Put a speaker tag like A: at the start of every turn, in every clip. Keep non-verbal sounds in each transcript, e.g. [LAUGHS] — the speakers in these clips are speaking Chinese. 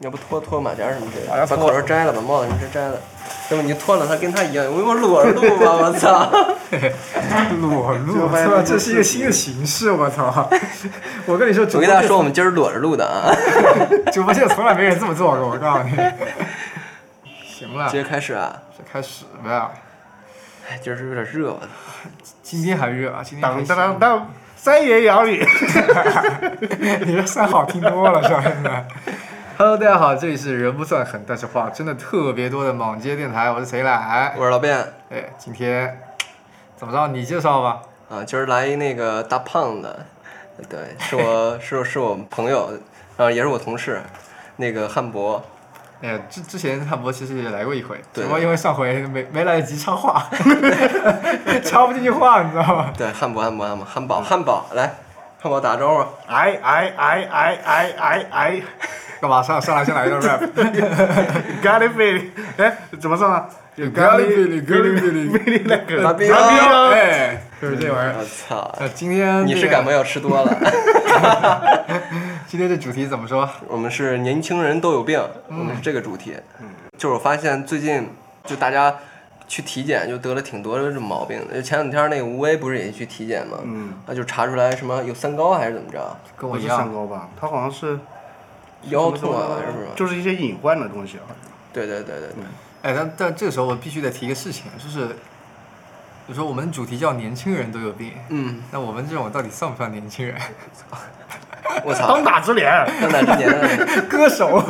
A: 要不脱脱马甲什么之类
B: 马甲
A: 的，把
B: 脱
A: 口罩摘了，把帽子什么摘摘了。要不你脱了，他跟他一样，我他妈裸露吧，啊我
B: [LAUGHS]
A: 操！
B: 裸露，
A: 就
B: 我
A: 外面
B: 操，
A: 就
B: 这是一个新的形式，我操！ [LAUGHS] 我跟你说，直
A: 我
B: 播
A: 跟大家说，我们今儿裸着录的
B: [LAUGHS]
A: 啊。
B: 间，直播间从来没人这么做过，我告诉你。 [LAUGHS] 行了，
A: 直接开始啊！
B: 这开始吧。
A: 哎，今儿是有点热，我操！
B: 今天还热啊，今天还
C: 当当当当，三言两语。
B: [LAUGHS] 你这算好听多了，说真的。Hello，大家好，这里是人不算狠，但是话真的特别多的莽街电台，我是谁来？
A: 我是老卞
B: 哎，今天怎么着？你介绍吧。
A: 啊，今儿来一那个大胖子，对，是我 [LAUGHS] 是我是我朋友，啊，也是我同事，那个汉博，
B: 哎，之之前汉博其实也来过一回，只
A: 对
B: 不过因为上回没没来得及插话， [LAUGHS] 插不进去话，你知道吗？
A: 对，汉博汉博汉博汉堡
B: 嗯
A: 汉堡，来，汉堡打个
B: [LAUGHS]
A: 招呼。
C: 哎哎哎哎哎哎 [LAUGHS] 哎
B: 干嘛上上来先来一段 [LAUGHS] rap？
C: ，Got it, baby。哎， [LAUGHS] 怎么唱啊？You
B: Billy Billy Billy， [LAUGHS]
C: 那个
A: 拉
C: 拉
A: 比
C: 比
A: 奥
C: 奥。
B: 哎，就是这玩意儿
A: 啊我。操！
B: 那今天
A: 你
B: 这
A: 是
B: 个
A: 感冒药吃多了。
B: 今天这主题怎么说？
A: 我们是年轻人都有病，我们是这个主题。嗯就是我发现最近就大家去体检就得了挺多的这种毛病的。就前两天那个吴威不是也去体检吗？
C: 嗯，
A: 啊，就查出来什么有三高还是怎么着，
B: 跟我
C: 不
B: 一
C: 是
B: 样
C: 三，高吧？他好像是
A: 腰痛啊还是什么？
C: 就是一些隐患的东西啊。
A: 对对对对对，
B: 哎，但但这个时候我必须得提一个事情，就是，就说我们主题叫年轻人都有病，
A: 嗯，
B: 那我们这种到底算不算年轻人？
A: 我操
C: 当，打之年，
A: [LAUGHS] 当打之年啊
B: 歌手，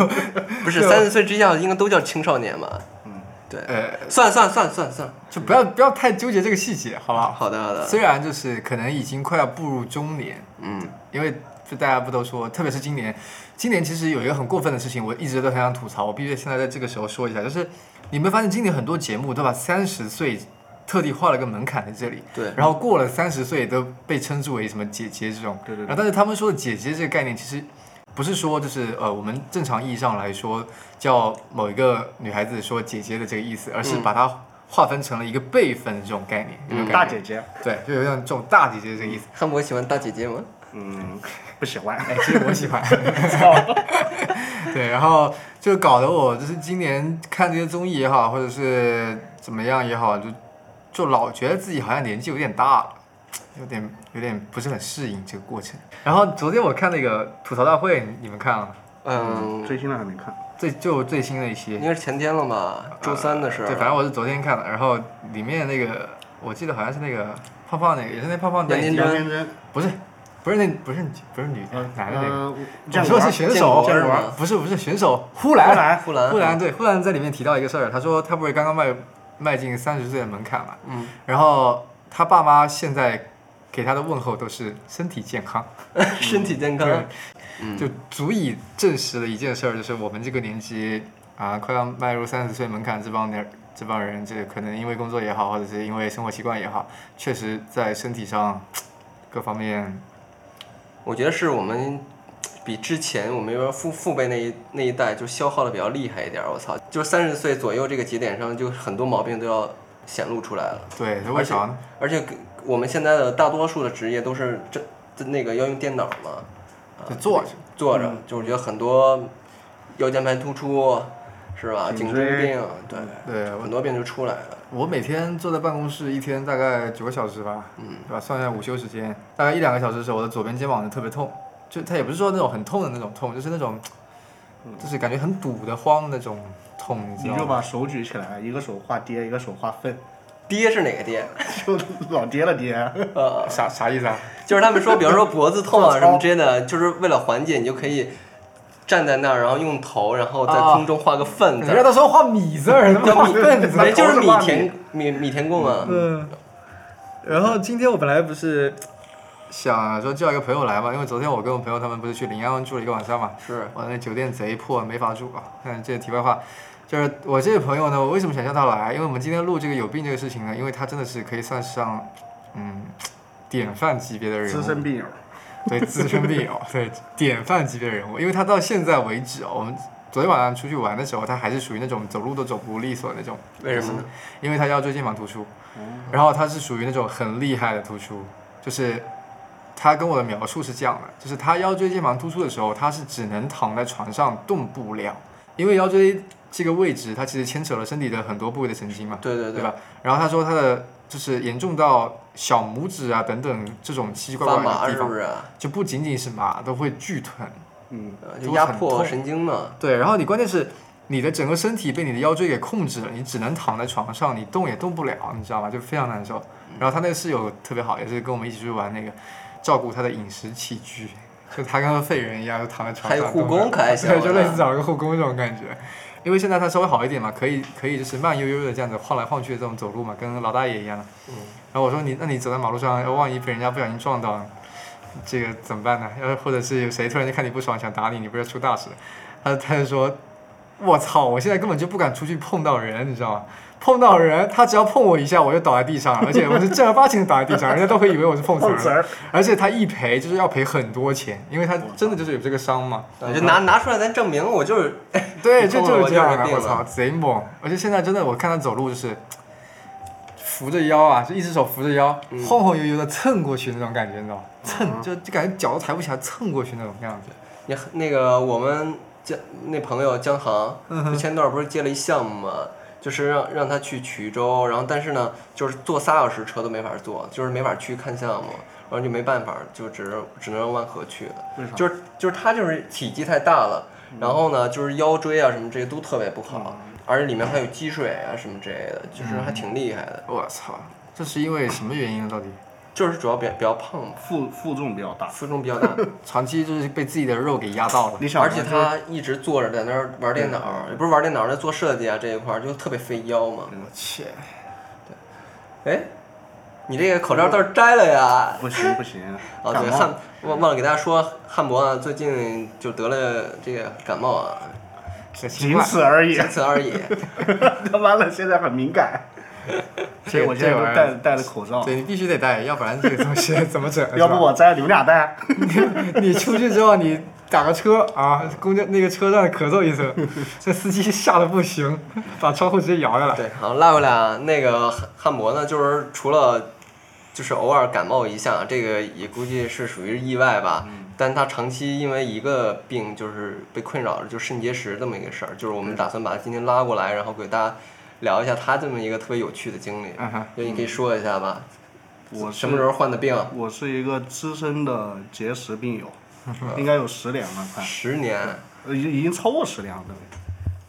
A: 不是三十岁之下应该都叫青少年吧？
C: 嗯，
A: 对，
B: 呃，
A: 算算算算算，
B: 就不要不要太纠结这个细节，好不好？
A: 好的好的，
B: 虽然就是可能已经快要步入中年，
A: 嗯，
B: 因为就大家不都说，特别是今年，今年其实有一个很过分的事情，我一直都很想吐槽，我必须现在在这个时候说一下，就是你没发现今年很多节目都把三十岁特地画了个门槛在这里，
A: 对
B: 然后过了三十岁都被称之为什么姐姐这种，
C: 对对对
B: 然后但是他们说的姐姐这个概念其实。不是说就是呃，我们正常意义上来说叫某一个女孩子说姐姐的这个意思，而是
A: 嗯
B: 把它划分成了一个辈分的这种概念，有没有感觉
C: 嗯大姐姐，
B: 对，就有点这种大姐姐这个意思。
A: 汉博喜欢大姐姐吗？
C: 嗯，不喜欢。
B: 哎，其实我喜欢。 [LAUGHS] 对，然后就搞得我就是今年看这些综艺也好，或者是怎么样也好，就就老觉得自己好像年纪有点大了，有点有点不是很适应这个过程。然后昨天我看那个吐槽大会，你你们看了吗？
A: 嗯，
C: 最新的还没看，
B: 最就最新的一期
A: 应，该是前天了吧？周三的时候
B: 对，，反正我是昨天看的。然后里面那个我记得好像是那个胖胖那个，也是那胖胖
A: 杨
B: 演
A: 天
B: 的
A: 真
C: 杨天真，
B: 不是不是那不是不是女的男的那个。
C: 呃，
B: 我
C: 建
B: 说
C: 国
B: 是选手，
A: 建国建国
B: 不是不是选手，呼
C: 呼
B: 兰，
C: 兰
A: 呼兰
B: 呼兰对，呼兰在里面提到一个事儿，他说他不是刚刚迈迈进三十岁的门槛嘛，
A: 嗯，
B: 然后他爸妈现在给他的问候都是身体健康，
A: 嗯 [LAUGHS] 身体健康，
B: 对，
A: 嗯
B: 就足以证实了一件事儿，就是我们这个年纪啊，快要迈入三十岁门槛，这帮人这帮人，这可能因为工作也好，或者是因为生活习惯也好，确实在身体上各方面
A: 我觉得是我们比之前我们说父父辈那一那一代就消耗的比较厉害一点儿。我操，就是三十岁左右这个节点上，就很多毛病都要显露出来了。
B: 对，为啥呢？
A: 而且给我们现在的大多数的职业都是这这那个要用电脑嘛，啊
B: 就坐着
A: 坐着，就我觉得很多腰间盘突出是吧，
C: 颈
A: 颈
C: 椎
A: 椎病，对，
B: 对，我
A: 很多病就出来了。
B: 我每天坐在办公室，一天大概九个小时吧，
A: 嗯，
B: 对吧？算一下午休时间，大概一两个小时的时候，我的左边肩膀就特别痛，就它也不是说那种很痛的那种痛，就是那种，就是感觉很堵得慌那种痛，嗯你知
C: 你
B: 道
C: 就
B: 吗？
C: 把手举起来，一个手画爹，一个手画粪， [LAUGHS]
A: 爹是哪个爹？ [LAUGHS]
C: 就老爹了爹。
A: 呃，
B: 啥啥意思啊？
A: 就是他们说，比方说脖子痛
C: 做
A: 啊
C: 操
A: 什么之类的，就是为了缓解，你就可以站在那儿，然后用头，然后在
B: 啊
A: 空中画个粪
B: 你
A: 字
B: 让
A: 儿，
B: 他说画米字儿，他妈 [LAUGHS]
A: 叫
B: 画
A: 米
B: 粪字儿。
A: 对，就是
C: 头是
A: 米
C: 画米
A: 田米米田共啊。
B: 嗯，然后今天我本来不是想说叫一个朋友来嘛，因为昨天我跟我朋友他们不是去临安住了一个晚上嘛，
A: 是
B: 我那酒店贼破，没法住啊。但这题外话，就是我这个朋友呢，我为什么想叫他来？因为我们今天录这个有病这个事情呢，因为他真的是可以算上，嗯，典范级别的人物，
C: 资深病友，
B: 对资深病
C: [LAUGHS]
B: 友，对典范级别的人物。因为他到现在为止哦，我们昨天晚上出去玩的时候，他还是属于那种走路都走不利索的那种，
A: 为什么呢？
B: 因
A: 哦
B: 为他腰椎间盘突出，然后他是属于那种很厉害的突出，就是他跟我的描述是这样的，就是他腰椎间盘突出的时候，他是只能躺在床上动不了，因为腰椎这个位置它其实牵扯了身体的很多部位的神经嘛，
A: 对对
B: 对，吧？然后他说他的就是严重到小拇指啊等等这种奇奇怪
A: 发
B: 怪
A: 麻
B: 的地
A: 是啊
B: 方，
A: 不是？
B: 就不仅仅是麻，都会剧疼。
C: 嗯，
A: 呃就压迫神经嘛。
B: 对，然后你关键是你的整个身体被你的腰椎给控制了，你只能躺在床上，你动也动不了，你知道吗？就非常难受。
A: 嗯
B: 然后他那个室友特别好，也是跟我们一起去玩那个，照顾他的饮食起居，就他跟个废人一样，就躺在床上。
A: 还有护工可还行
B: 对，就类
A: 我
B: 似找个护工这种感觉。因为现在他稍微好一点嘛，可以可以就是慢悠悠的这样子晃来晃去的这种走路嘛，跟老大爷一样的。
A: 嗯
B: 然后我说你，那你走在马路上，万一被人家不小心撞到，这个怎么办呢？要是或者是有谁突然间看你不爽想打你，你不是出大事了？他他就说，我操，我现在根本就不敢出去碰到人，你知道吗？碰到人，他只要碰我一下，我就倒在地上了，而且我是正儿八经的倒在地上，人家都会以为我是碰瓷
C: 碰瓷
B: 儿。
C: 儿，
B: 而且他一赔就是要赔很多钱，因为他真的就是有这个伤嘛。
A: 就拿拿出来咱证明，我就是
B: 对，
A: 你
B: 就
A: 碰了
B: 就是
A: 我
B: 这
A: 就
B: 样
A: 有
B: 啊！
A: 病
B: 我
A: 了
B: 操，贼猛！而且现在真的，我看他走路就是扶着腰啊，就一只手扶着腰，
A: 嗯
B: 晃晃悠悠的蹭过去那种感觉，你知道吗？蹭就就感觉脚都抬不起来，蹭过去那种样子。
A: 你那个我们江那朋友江航，就前段不是接了一项目嘛，就是让让他去衢州，然后但是呢，就是坐仨小时车都没法坐，就是没法去看项目，然后就没办法，就只只能让万和去了。
C: 为啥？
A: 就是就是他就是体积太大了，然后呢，就是腰椎啊什么这些都特别不好，而且里面还有积水啊什么之类的，就是还挺厉害的。
B: 我操，这是因为什么原因呢？啊到底
A: 就是主要比较比较胖嘛，
C: 负负重比较大，
A: 负重比较大，
B: 长期就是被自己的肉给压到了。
C: 你想，啊
A: 而且他一直坐着在那儿玩电脑，也不是玩电脑，在做设计啊这一块儿就特别费腰嘛。
C: 嗯
B: 我切，
A: 哎，你这个口罩倒是摘了呀？
C: [LAUGHS] 不行不行，
B: 哦
A: 啊，
C: 感
A: 对，
C: 冒
A: 汉忘忘了给大家说，汉博啊最近就得了这个感冒啊，
B: 这行
C: 仅
B: 了，
C: 此而已
A: 仅。此而已。
C: 他妈的，现在很敏感，所以我现在都戴戴了口罩，
B: 对你必须得戴，要不然这个东西 [LAUGHS] 怎么整？
C: 要不
B: 是吧
C: 我摘，你们俩戴。
B: 你出去之后你打个车啊，公交那个车上咳嗽一声，这司机吓得不行，把窗户直接摇下
A: [LAUGHS]
B: 来。
A: 对，好，拉回来啊，那个汉汉博呢，就是除了就是偶尔感冒一下，这个也估计是属于意外吧。但他长期因为一个病就是被困扰着，就肾结石这么一个事儿，就是我们打算把他今天拉过来，然后给大家聊一下他这么一个特别有趣的经历。
B: 嗯哼，
A: 就你可以说一下吧，
C: 我
A: 什么时候患的病？
C: 我是一个资深的结石病友，
B: 嗯
C: 应该有十年了，快，
A: 十年，
C: 呃已经已经超过十年了，对不对？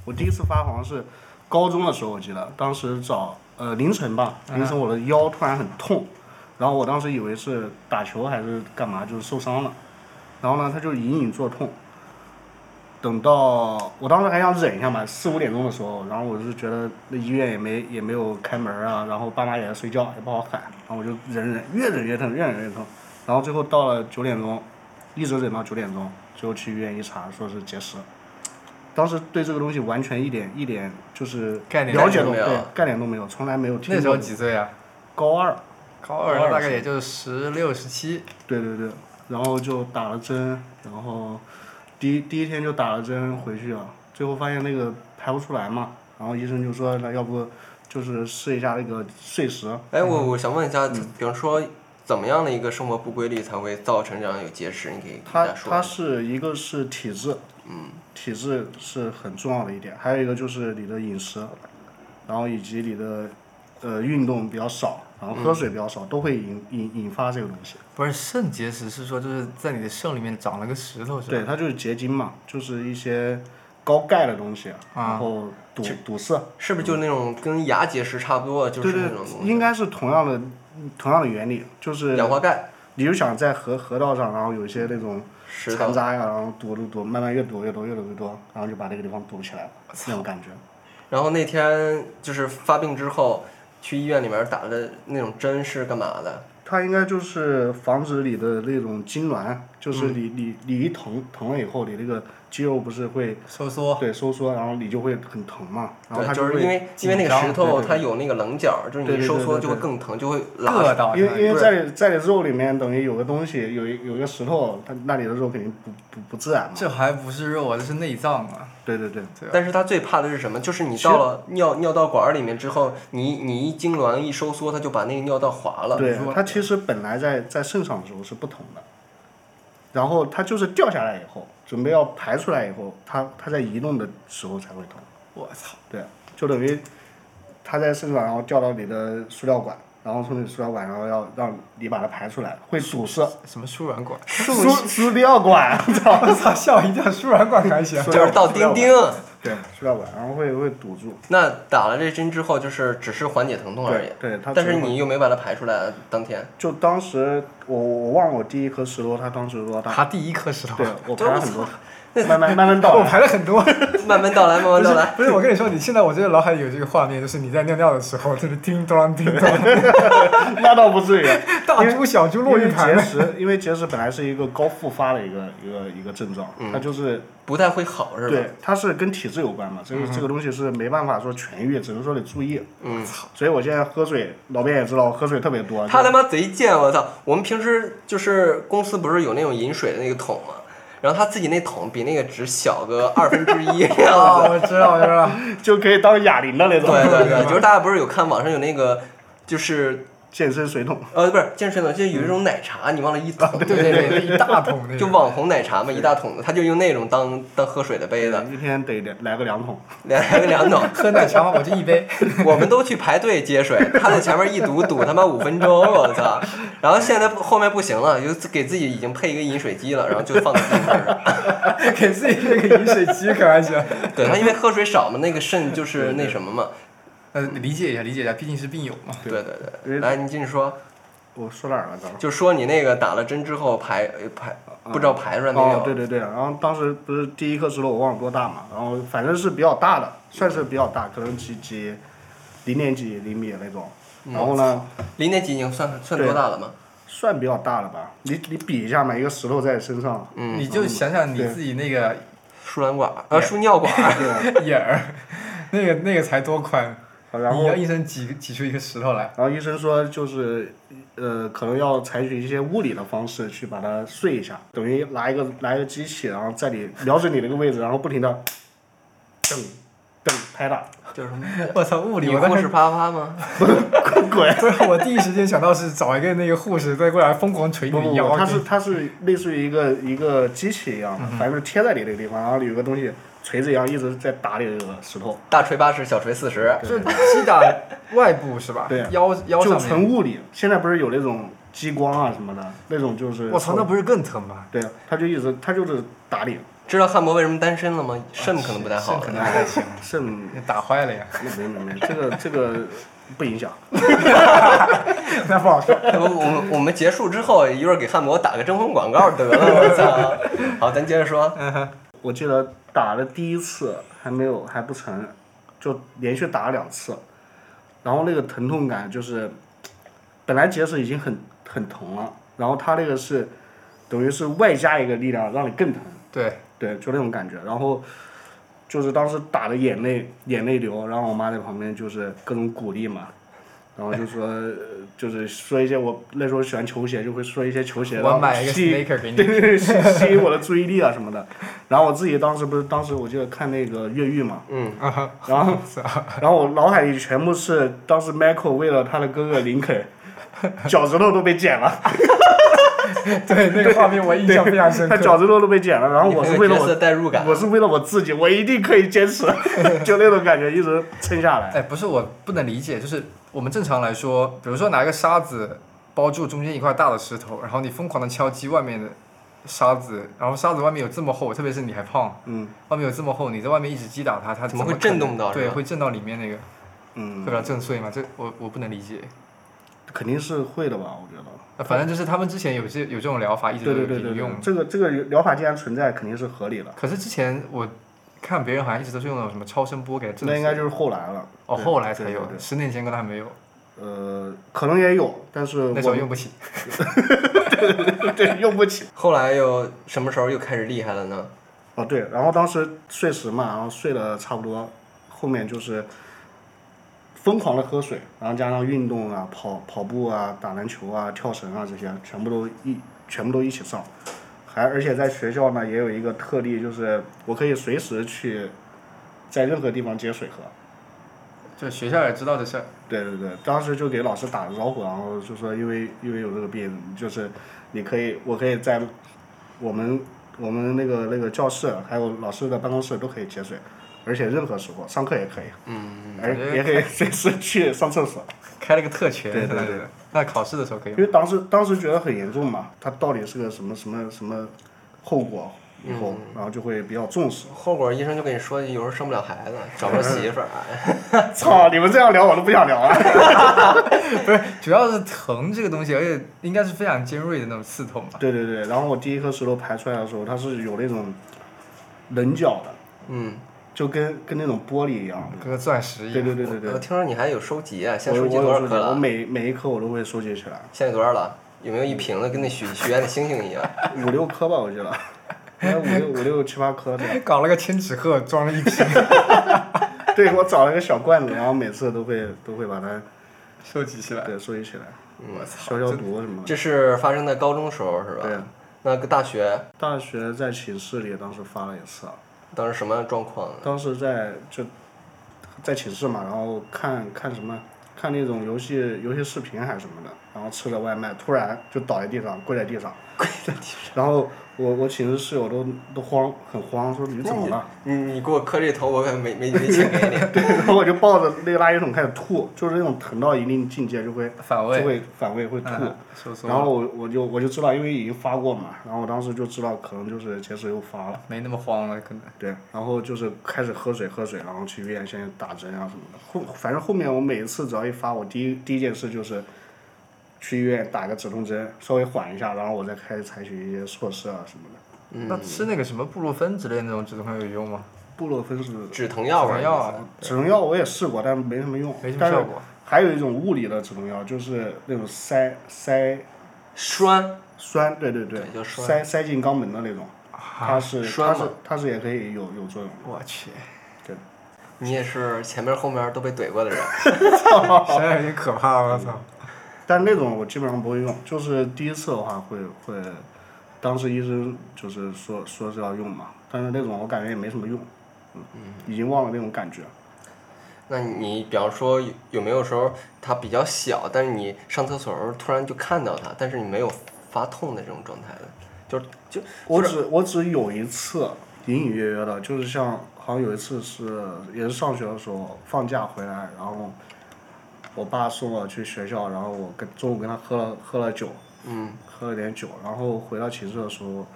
C: 我第一次发好像是高中的时候，我记得当时早呃凌晨吧，
B: 嗯
C: 凌晨我的腰突然很痛，然后我当时以为是打球还是干嘛，就是受伤了，然后呢，它就隐隐作痛。等到我当时还想忍一下嘛，四五点钟的时候，然后我就觉得那医院也没也没有开门啊，然后爸妈也在睡觉，也不好喊，然后我就忍忍，越忍越疼，越忍越疼，然后最后到了九点钟，一直忍到九点钟，最后去医院一查，说是结石。当时对这个东西完全一点一点就是
B: 概念
C: 了解
A: 都
C: 都
A: 没有
C: 对概念都没有，从来没有听
B: 那时候
C: 过。
B: 几岁啊？
C: 高二，
B: 高
C: 二
B: 二，那大概也就十六、十七。
C: 对对对，然后就打了针，然后第一第一天就打了针回去了，最后发现那个排不出来嘛，然后医生就说那要不就是试一下那个碎石，
A: 哎，我我想问一下，比方说怎么样的一个生活不规律才会造成这样有结石？你可以给大
C: 它
A: 家说
C: 它
A: 一下。
C: 是一个是体质，嗯，体质是很重要的一点，还有一个就是你的饮食，然后以及你的呃运动比较少，然后喝水比较少，都会引引引发这个东西。
B: 不是啊肾结石，是说就是在你的肾里面长了个石头，是吧？
C: 对，它就是结晶嘛，就是一些高钙的东西，啊
B: 啊
C: 然后堵堵塞。
A: 是不是就那种跟牙结石差不多，就
C: 对
A: 是
C: 对
A: 那种东，西？
C: 应该是同样的同样的原理，就是
A: 氧化钙、
C: 你就想在河河道上，然后有一些那种
A: 石头
C: 残。渣呀，然后堵堵堵，慢慢越堵越多越堵越多，然后就把这个地方堵起来了，那种感觉。
A: 然后那天就是发病之后，去医院里面打的那种针是干嘛的？
C: 它应该就是防止你的那种痉挛，就是
A: 嗯
C: 你、你你一疼疼了以后，你那个肌肉不是会
B: 收缩。
C: 对收缩，然后你就会很疼嘛，然后它
A: 对，就是
C: 会
A: 因为因为那
B: 紧
A: 个
B: 张
A: 石头它有那个棱角，就是
C: 对
A: 你
C: 对
A: 收
C: 对
A: 缩
C: 对
A: 就会
C: 对
A: 更疼，就会
B: 硌
A: 拉。
B: 到，
C: 因为因为
A: 对
C: 在你在你肉里面等于有个东西，有一有一个石头，它那里的肉肯定不不不自然嘛。
B: 这还不是肉啊，这是内脏啊！
C: 对对对，
B: 对吧？
A: 但是他最怕的是什么？就是你到了尿尿道管儿里面之后，你你一痉挛一收缩，它就把那个尿道划了。
C: 对
A: 你说，
C: 它其实本来在在肾上的时候是不同的，然后它就是掉下来以后，准备要排出来以后，它它在移动的时候才会痛，
B: 我操，
C: 对，就等于它在肾上，然后掉到你的输尿管，然后从你输尿管，然后要让你把它排出来，会堵塞
B: 什么输卵管？
C: 输输尿管， [LAUGHS] 操，
D: [LAUGHS] 我操，吓我一跳，输卵管还行。
B: [LAUGHS]
A: [LAUGHS]
C: 输
A: 就是到
C: 尿
A: 丁丁，
C: 管对输尿管，然后会会堵住，
A: 那打了这针之后，就是只是缓解疼痛而已
C: 对。对，它
A: 但是
C: 只会
A: 你又没把它排出来，当天
C: 就当时我我忘了我第一颗石头它当时有
A: [LAUGHS]
C: 多大，
B: 他第一颗石头
C: 对，我排了很多，
A: 那
C: 慢慢慢
B: [LAUGHS]
C: 慢倒
D: 我
C: 来。
D: 排了很多，
A: [LAUGHS] 慢慢到来，慢慢
D: [LAUGHS] 不
A: 到
D: 是
A: 来。
D: 不是，我跟你说，你现在我真的脑海里有这个画面，就是你在尿尿的时候，就是叮咚叮咚，
C: 那倒不至于，啊
D: 大猪小猪
C: 因
D: 落
C: 为
D: 一
C: 结
D: 盘。
C: 石，因为结石本来是一个高复发的一个一个一个症状，它就是
A: 不太会好嗯是吧？
C: 对，它是跟体质有关嘛，这个这个东西是没办法说痊愈，只能说得注意。
A: 嗯，
C: 所以我现在喝水，老边也知道我喝水特别多，
A: 他他妈贼贱，我操！我们平时就是公司不是有那种饮水的那个桶吗？然后他自己那桶比那个只小个二分之一这样
B: 啊，
A: 子。
B: 我知道，我知道，
C: 就就可以当哑铃的那
A: 对
C: 种，
A: 对对，就是大家不是有看网上有那个，就是
C: 健身水桶。
A: 呃不是健身桶，就有一种奶茶，你忘了一桶，对
B: 对对
A: [LAUGHS]
B: 对，一大桶那
A: 就
B: 个。
A: 网红奶茶嘛，一大桶的，他就用那种当当喝水的杯子，
C: 一天得两来个两桶，
A: 两来个两桶。
B: 喝奶茶吗？我就一杯。
A: [LAUGHS] 我们都去排队接水，他在前面一堵堵他妈五分钟，我操！然后现在后面不行了，就给自己已经配一个饮水机了，然后就放在地面上。
D: 给自己那个饮水机可还行？
A: 对他因为喝水少嘛，那个肾就是那什么嘛。
B: [LAUGHS] 呃，理解一下，理解一下，毕竟是病友嘛。
A: 对对
C: 因
A: 对，
C: 为
A: 来你继续说，
C: 我说哪儿了？刚刚
A: 就说你那个打了针之后排呃排不知道排出来没
C: 哦，
A: 有？
C: 对对对，然后当时不是第一颗石头我忘了多大嘛，然后反正是比较大的，算是比较大，可能几几零点几厘米那种。然后呢，
A: 零点几已经算算
C: 对
A: 多大了嘛？
C: 算比较大了吧？你你比一下嘛，一个石头在身上，
A: 嗯，
B: 你就想想你自己那个 [LAUGHS]
A: 输卵管呃输尿管，
B: 眼儿，那个那个才多宽，
C: 好然后
B: 你要
C: 然
B: 一生挤挤出一个石头来。
C: 后医生说就是，呃，可能要采取一些物理的方式去把它碎一下，等于拿一个拿一个机器，然后在你瞄准你那个位置，然后不停的，噔噔拍
B: [LAUGHS]
C: 打，
A: 就是什么
B: 我操，物理
A: 女
B: 我当
A: 护
B: 时
A: 士啪啪吗？
C: 滚滚。
D: [LAUGHS] 不是，我第一时间想到是找一个那个护士再过来疯狂捶你
C: [LAUGHS] 不
D: 的
C: 不
D: 腰
C: 不，。它
D: 给
C: 是它是类似于一个一个机器一样
B: 嗯
C: 的，反正贴在你那个地方，然后有个东西锤子一样一直在打你这个石头。
A: 大锤八十，小锤四十。
B: 就击打外部是吧？
C: 对啊
B: 腰腰
C: 就
B: 上面。
C: 纯物理，现在不是有那种激光啊什么的，那种就是
B: 我操，那不是更疼吗？
C: 对，啊他就一直他就是打你，
A: 知道汉博为什么单身了吗？肾可能不太好了
B: 肾可。能不太行，
C: 肾
B: 打坏了呀。
C: 那没没没，这个这个不影响。
D: [LAUGHS] 那不好说。
A: [LAUGHS] 我我我们结束之后，一会儿给汉博打个征婚广告得了，我操！好，咱接着说。
C: 我记得打了第一次还没有还不成，就连续打了两次，然后那个疼痛感就是，本来结石已经很很疼了，然后它那个是等于是外加一个力量让你更疼，
B: 对，
C: 对，就那种感觉。然后就是当时打的眼泪眼泪流，然后我妈在旁边就是各种鼓励嘛。然后就说， [LAUGHS] 呃就是说一些我那时候喜欢球鞋，就会说一些球鞋，然
B: 我
C: 后
B: 买一个
C: 吸
B: sneaker 给
C: [LAUGHS] 对
B: 你。
C: 对对，吸吸引我的注意力啊什么的。然后我自己当时不是当时我记得看那个越狱嘛，
A: 嗯，
B: [LAUGHS]
C: 然后
B: 啊
C: 然后我脑海里全部是当时 Michael 为了他的哥哥林肯， [LAUGHS] 脚趾头都被剪了，
D: 对，那个画面我印象非常深
C: 他
D: 刻。
C: 脚趾头都被剪了，然后我是为了
A: 你很有角色
C: 我。
A: 代入感
C: 我。是为了我自己，我一定可以坚
B: [LAUGHS]
C: 持，就那种感觉，一直撑下来。
B: 哎，不是我不能理解，就是我们正常来说，比如说拿一个沙子包住中间一块大的石头，然后你疯狂的敲击外面的沙子，然后沙子外面有这么厚，特别是你还胖，
C: 嗯
B: 外面有这么厚，你在外面一直击打它，它
A: 怎么
B: 么
A: 会
B: 可
A: 震
B: 能
A: 动到是
B: 对，
A: 吧
B: 会震到里面那个，会把
C: 嗯，
B: 它震碎嘛？这我我不能理解。
C: 肯定是会的吧？我觉得。
B: 啊反正就是他们之前有这有这种疗法，一直都
C: 对
B: 有
C: 对对对
B: 引
C: 对
B: 用。，
C: 这个这个疗法既然存在，肯定是合理的。
B: 可是之前我看别人好像一直都是用那种什么超声波给它震
C: 那
B: 碎，
C: 应该就是后来了。
B: 哦
C: 对
B: 后来才
C: 对对
B: 有
C: 对
B: 的，十年前跟他没有，
C: 呃，可能也有，但是
B: 那时候
C: 我
B: 用不起。
C: [LAUGHS] 对，用不起。
A: 后来又什么时候又开始厉害了呢？
C: 哦，对，然后当时睡时嘛，然后睡了差不多，后面就是疯狂的喝水，然后加上运动啊、跑跑步啊、打篮球啊、跳绳啊这些，全部都一全部都一起上，还而且在学校呢也有一个特例，就是我可以随时去在任何地方接水喝。
B: 就学校也知道这事儿。
C: 对对对，当时就给老师打了招呼，然后就说因为因为有这个病，就是你可以，我可以在我们我们那个那个教室，还有老师的办公室都可以节水，而且任何时候上课也可以，
A: 嗯，
C: 而
B: 感觉
C: 也可以
A: [LAUGHS]
C: 随时去上厕所。
B: 开了个特权，
C: 对对
B: 对对。那考试的时候可以
C: 因为当时当时觉得很严重嘛，它到底是个什么什么什么后果，以
A: 嗯
C: 后、然后就会比较
A: [LAUGHS]
C: 重视。
A: 后果医生就跟你说，有时候生不了孩子，找不着媳妇儿，哎
C: 操，你们这样聊我都不想聊了。 [LAUGHS]
B: 不是，主要是疼这个东西，而且应该是非常尖锐的那种刺痛吧。
C: 对对对，然后我第一颗石头排出来的时候，它是有那种棱角的，
A: 嗯，
C: 就跟跟那种玻璃一样。
B: 跟个钻石一
C: 对
B: 样。
C: 对对对对
A: 我，听说你还有收集啊，现在
C: 我
A: 收集
C: 我
A: 多
C: 有
A: 少
C: 收集，
A: 颗
C: 我
A: 了？
C: 每每一颗我都会收集起来，
A: 现在多少了？有没有一瓶子跟那许许愿的星星一样？
C: 五六颗吧，我记得， [LAUGHS] 应该五六五六七八颗这样。
B: 搞了个千纸鹤，装了一瓶，
C: [LAUGHS] 对，我找了一个小罐子，然后每次都会都会把它
B: 收集起来。
C: 对收集起来，
B: 我操！
C: 消消毒什么的。
A: 这是发生在高中时候是吧？
C: 对，啊
A: 那个大学
C: 大学在寝室里当时发了一次，啊
A: 当时什么状况呢？
C: 当时在就在寝室嘛，然后看看什么。看那种游戏游戏视频还是什么的，然后吃着外卖，突然就倒在地上，跪在地上，然后我我寝室室友都都慌，很慌，说你怎么了？
A: 你你给我磕这头，我可没没没钱给 [LAUGHS] 你。
C: [LAUGHS] 然后我就抱着那个垃圾桶开始吐，就是那种疼到一定境界就会
B: 反
C: 就
B: 胃。
C: 会反胃会吐。
B: 嗯收缩。
C: 然后我我就我就知道，因为已经发过嘛，然后我当时就知道可能就是结石又发了，
B: 没那么慌了，可能。
C: 对，然后就是开始喝水喝水，然后去医院先打针啊什么的。后反正后面我每一次只要一发，我第一第一件事就是去医院打个止痛针，稍微缓一下，然后我再开始采取一些措施啊什么的。
A: 嗯
B: 那吃那个什么布洛芬之类的那种止痛药有用吗？
C: 布洛芬是
A: 止疼药吧，
B: 止疼药啊
C: 止痛药，我也试过，但没什么用，
B: 没什么
C: 但是
B: 效果。
C: 还有一种物理的止痛药，就是那种塞塞
A: 栓
C: 栓，对对对，
A: 对就栓
C: 塞塞进肛门的那种， [LAUGHS] 它是
A: 栓
C: 它
A: 嘛
C: 是它是也可以有有作用的。
B: 啊我
C: [LAUGHS]
B: 去，
A: 你也是前面后面都被怼过的人，
B: 想想有点可怕，我操！
C: 但那种我基本上不会用，就是第一次的话会会，当时医生就是说说是要用嘛，但是那种我感觉也没什么用，嗯，已经忘了那种感觉。
A: 那你比方说有有没有时候它比较小，但是你上厕所的时候突然就看到它，但是你没有发痛的这种状态的，就是就
C: 我只我只有一次隐隐约约的，就是像好像有一次是也是上学的时候放假回来，然后我爸送我去学校，然后我跟中午跟他喝了喝了酒，
A: 嗯
C: 喝了点酒，然后回到寝室的时候，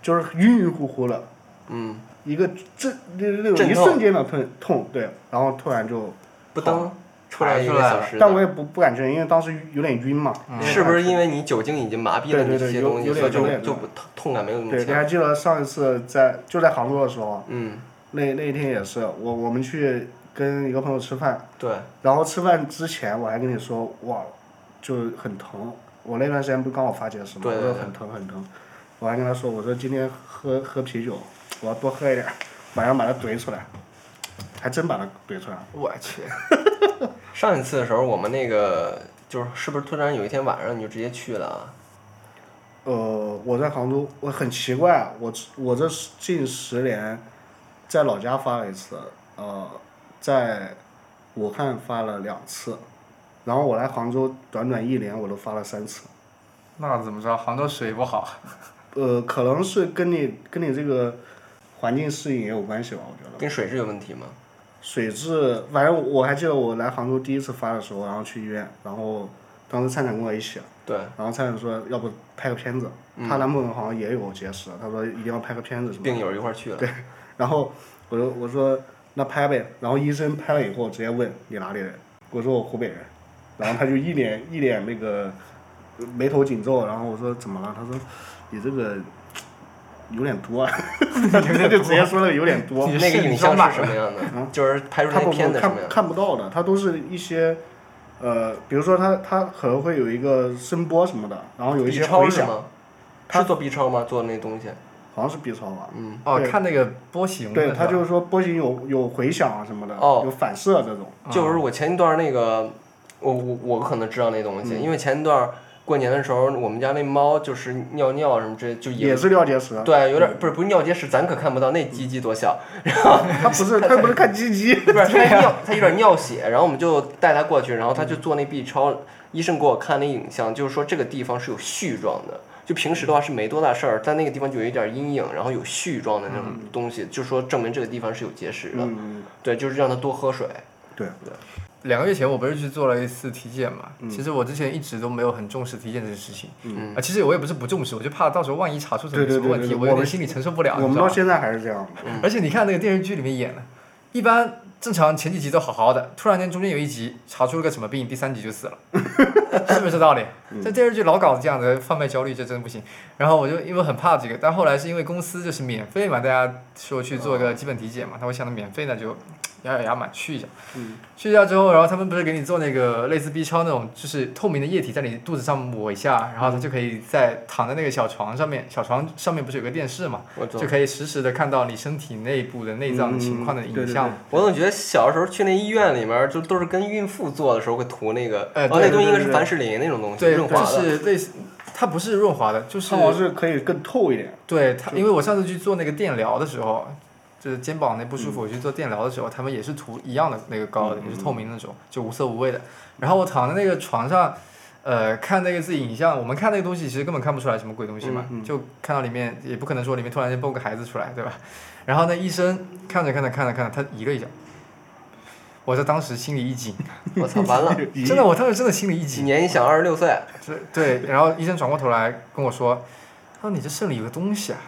C: 就是晕晕乎乎的，
A: 嗯
C: 一个这那那种
A: 阵
C: 一
A: 痛
C: 瞬间的痛痛，对，然后突然就，
A: 不蹬出来
B: 排
A: 一
B: 出
A: 个
B: 来
A: 小
B: 了
A: 时的，
C: 但我也不不敢确定，因为当时有点晕嘛，
A: 是不是因为你酒精已经麻痹了
C: 对
A: 你
C: 对
A: 这
C: 对
A: 些
C: 有
A: 东西，
C: 有
A: 所
C: 点
A: 以
C: 有
A: 就
C: 点
A: 就不痛痛感没有那么
C: 对，你
A: 强？
C: 还记得上一次在就在杭州的时候，
A: 嗯，
C: 那那一天也是我我们去跟一个朋友吃饭，
A: 对，
C: 然后吃饭之前我还跟你说，哇，就很疼。我那段时间不刚好发结石嘛，
A: 对
C: 我
A: 对
C: 说
A: 对
C: 很疼很疼。我还跟他说，我说今天喝喝啤酒，我要多喝一点，晚上把它怼出来。还真把它怼出来了。
B: 我去，
A: 上一次的时候我们那个就是是不是突然有一天晚上你就直接去了啊？
C: 呃，我在杭州，我很奇怪，啊我我这近十年在老家发了一次，呃，在武汉发了两次，然后我来杭州短短一年我都发了三次。
B: 那怎么着？杭州水不好，
C: 呃，可能是跟你跟你这个环境适应也有关系吧，我觉得。
A: 跟水质有问题吗？
C: 水质，反正我还记得我来杭州第一次发的时候，然后去医院，然后当时灿灿跟我一起，
A: 对，
C: 然后灿灿说要不拍个片子，
A: 嗯
C: 她男朋友好像也有结石，她说一定要拍个片子什么的，
A: 病友一块儿去了。
C: 然后我说我说那拍呗，然后医生拍了以后直接问你哪里人，我说我湖北人，然后他就一脸一脸那个呃眉头紧皱，然后我说怎么了？他说你这个有点
A: [LAUGHS]
C: 多，啊，他就直接说了有点多，
B: 你
A: 那个
B: 是
A: 影
B: 你装
A: 像
B: 满
A: 是什么样的？就是 [LAUGHS] 拍出
C: 他
A: 来
C: 不
A: 那片
C: 不
A: 子什
C: 看
A: 么样的？
C: 看不到的，它都是一些。呃，比如说它它可能会有一个声波什么的，然后有一
A: B
C: 些
A: 超
C: 回
A: 是
C: 响，
A: 吗？是做 B 超吗？做那东西？
C: 好像是 B 超吧？
A: 嗯，
B: 哦，
C: 对
B: 看那个波形的是
C: 对，
B: 吧。
C: 它就是说波形有有回响啊什么的，
A: 哦
C: 有反射这种。嗯
A: 就是我前一段那个，我我我可能知道那东西，因为前一段过年的时候，我们家那猫就是尿尿什么之类，就
C: 也嗯是尿结石，
A: 对，有点不是不是尿结石，咱可看不到，那鸡鸡多
C: [LAUGHS]
A: 小，然后
C: 它不 [LAUGHS] 是它不是看鸡鸡，
A: 不是它尿，它有点尿血，然后我们就带它过去，然后它就
C: 嗯
A: 做那 B 超，医生给我看那影像，就是说这个地方是有絮状的，就平时的话是没多大事儿，但那个地方就有一点阴影，然后有絮状的那种东西，就说证明这个地方是有结石的，
C: 嗯，
A: 对，就是让它多喝水，
C: 对，
B: 两个月前我不是去做了一次体检嘛？
C: 嗯
B: 其实我之前一直都没有很重视体检这件事情。
A: 嗯
B: 啊，其实我也不是不重视，我就怕到时候万一查出什么
C: 对对
B: 什么问
C: 对
B: 题，
C: 对
B: 我有
C: 我
B: 点
C: 们
B: 心里承受不了。
C: 我
B: 你
C: 们
B: 知道
C: 到
B: 吗
C: 现在还是这样的，
B: 而且你看那个电视剧里面演的，一般正常前几集都好好的，突然间中间有一集查出了个什么病，第三集就死了，是不是这道理？这电视剧老搞这样的贩卖焦虑，这真不行。然后我就因为很怕这个，但后来是因为公司就是免费嘛，大家说去做个基本体检嘛，那我想着免费那就咬咬牙买去一下。去一下之后，然后他们不是给你做那个类似 B 超那种，就是透明的液体在你肚子上抹一下，然后它就可以在躺在那个小床上面，小床上面不是有个电视嘛？
A: 我懂
B: 就。可以实时的看到你身体内部的内脏的情况的
C: 嗯对
B: 影
C: 对
B: 像。
A: 我总觉得小时候去那医院里面儿，就都是跟孕妇做的时候会涂那个，
B: 哎
A: 哦，
B: 对
A: 那东西应该是
C: 对对
A: 凡士林那种东西，
B: 对，
A: 润滑
B: 就
A: 的。
B: 是类似，它不是润滑的，就是
C: 它好像是可以更透一点，
B: 对它，因为我上次去做那个电疗的时候，就是肩膀那不舒
A: 嗯
B: 服，我去做电疗的时候，他们也是涂一样的那个膏的，也是透明那种，就无色无味的。然后我躺在那个床上，呃，看那个自己影像，我们看那个东西其实根本看不出来什么鬼东西嘛，
C: 嗯
B: 就看到里面也不可能说里面突然间蹦个孩子出来，对吧？然后那医生看着看着看着看着，他移了一下，我在当时心里一紧，
A: 我操，完
B: [LAUGHS]
A: 了！
B: 真的，我当时真的心里一
A: 几
B: 紧，
A: 年一想，二十六岁，
C: 嗯
B: 这对，然后医生转过头来跟我说：“他说你这肾里有个东西啊。”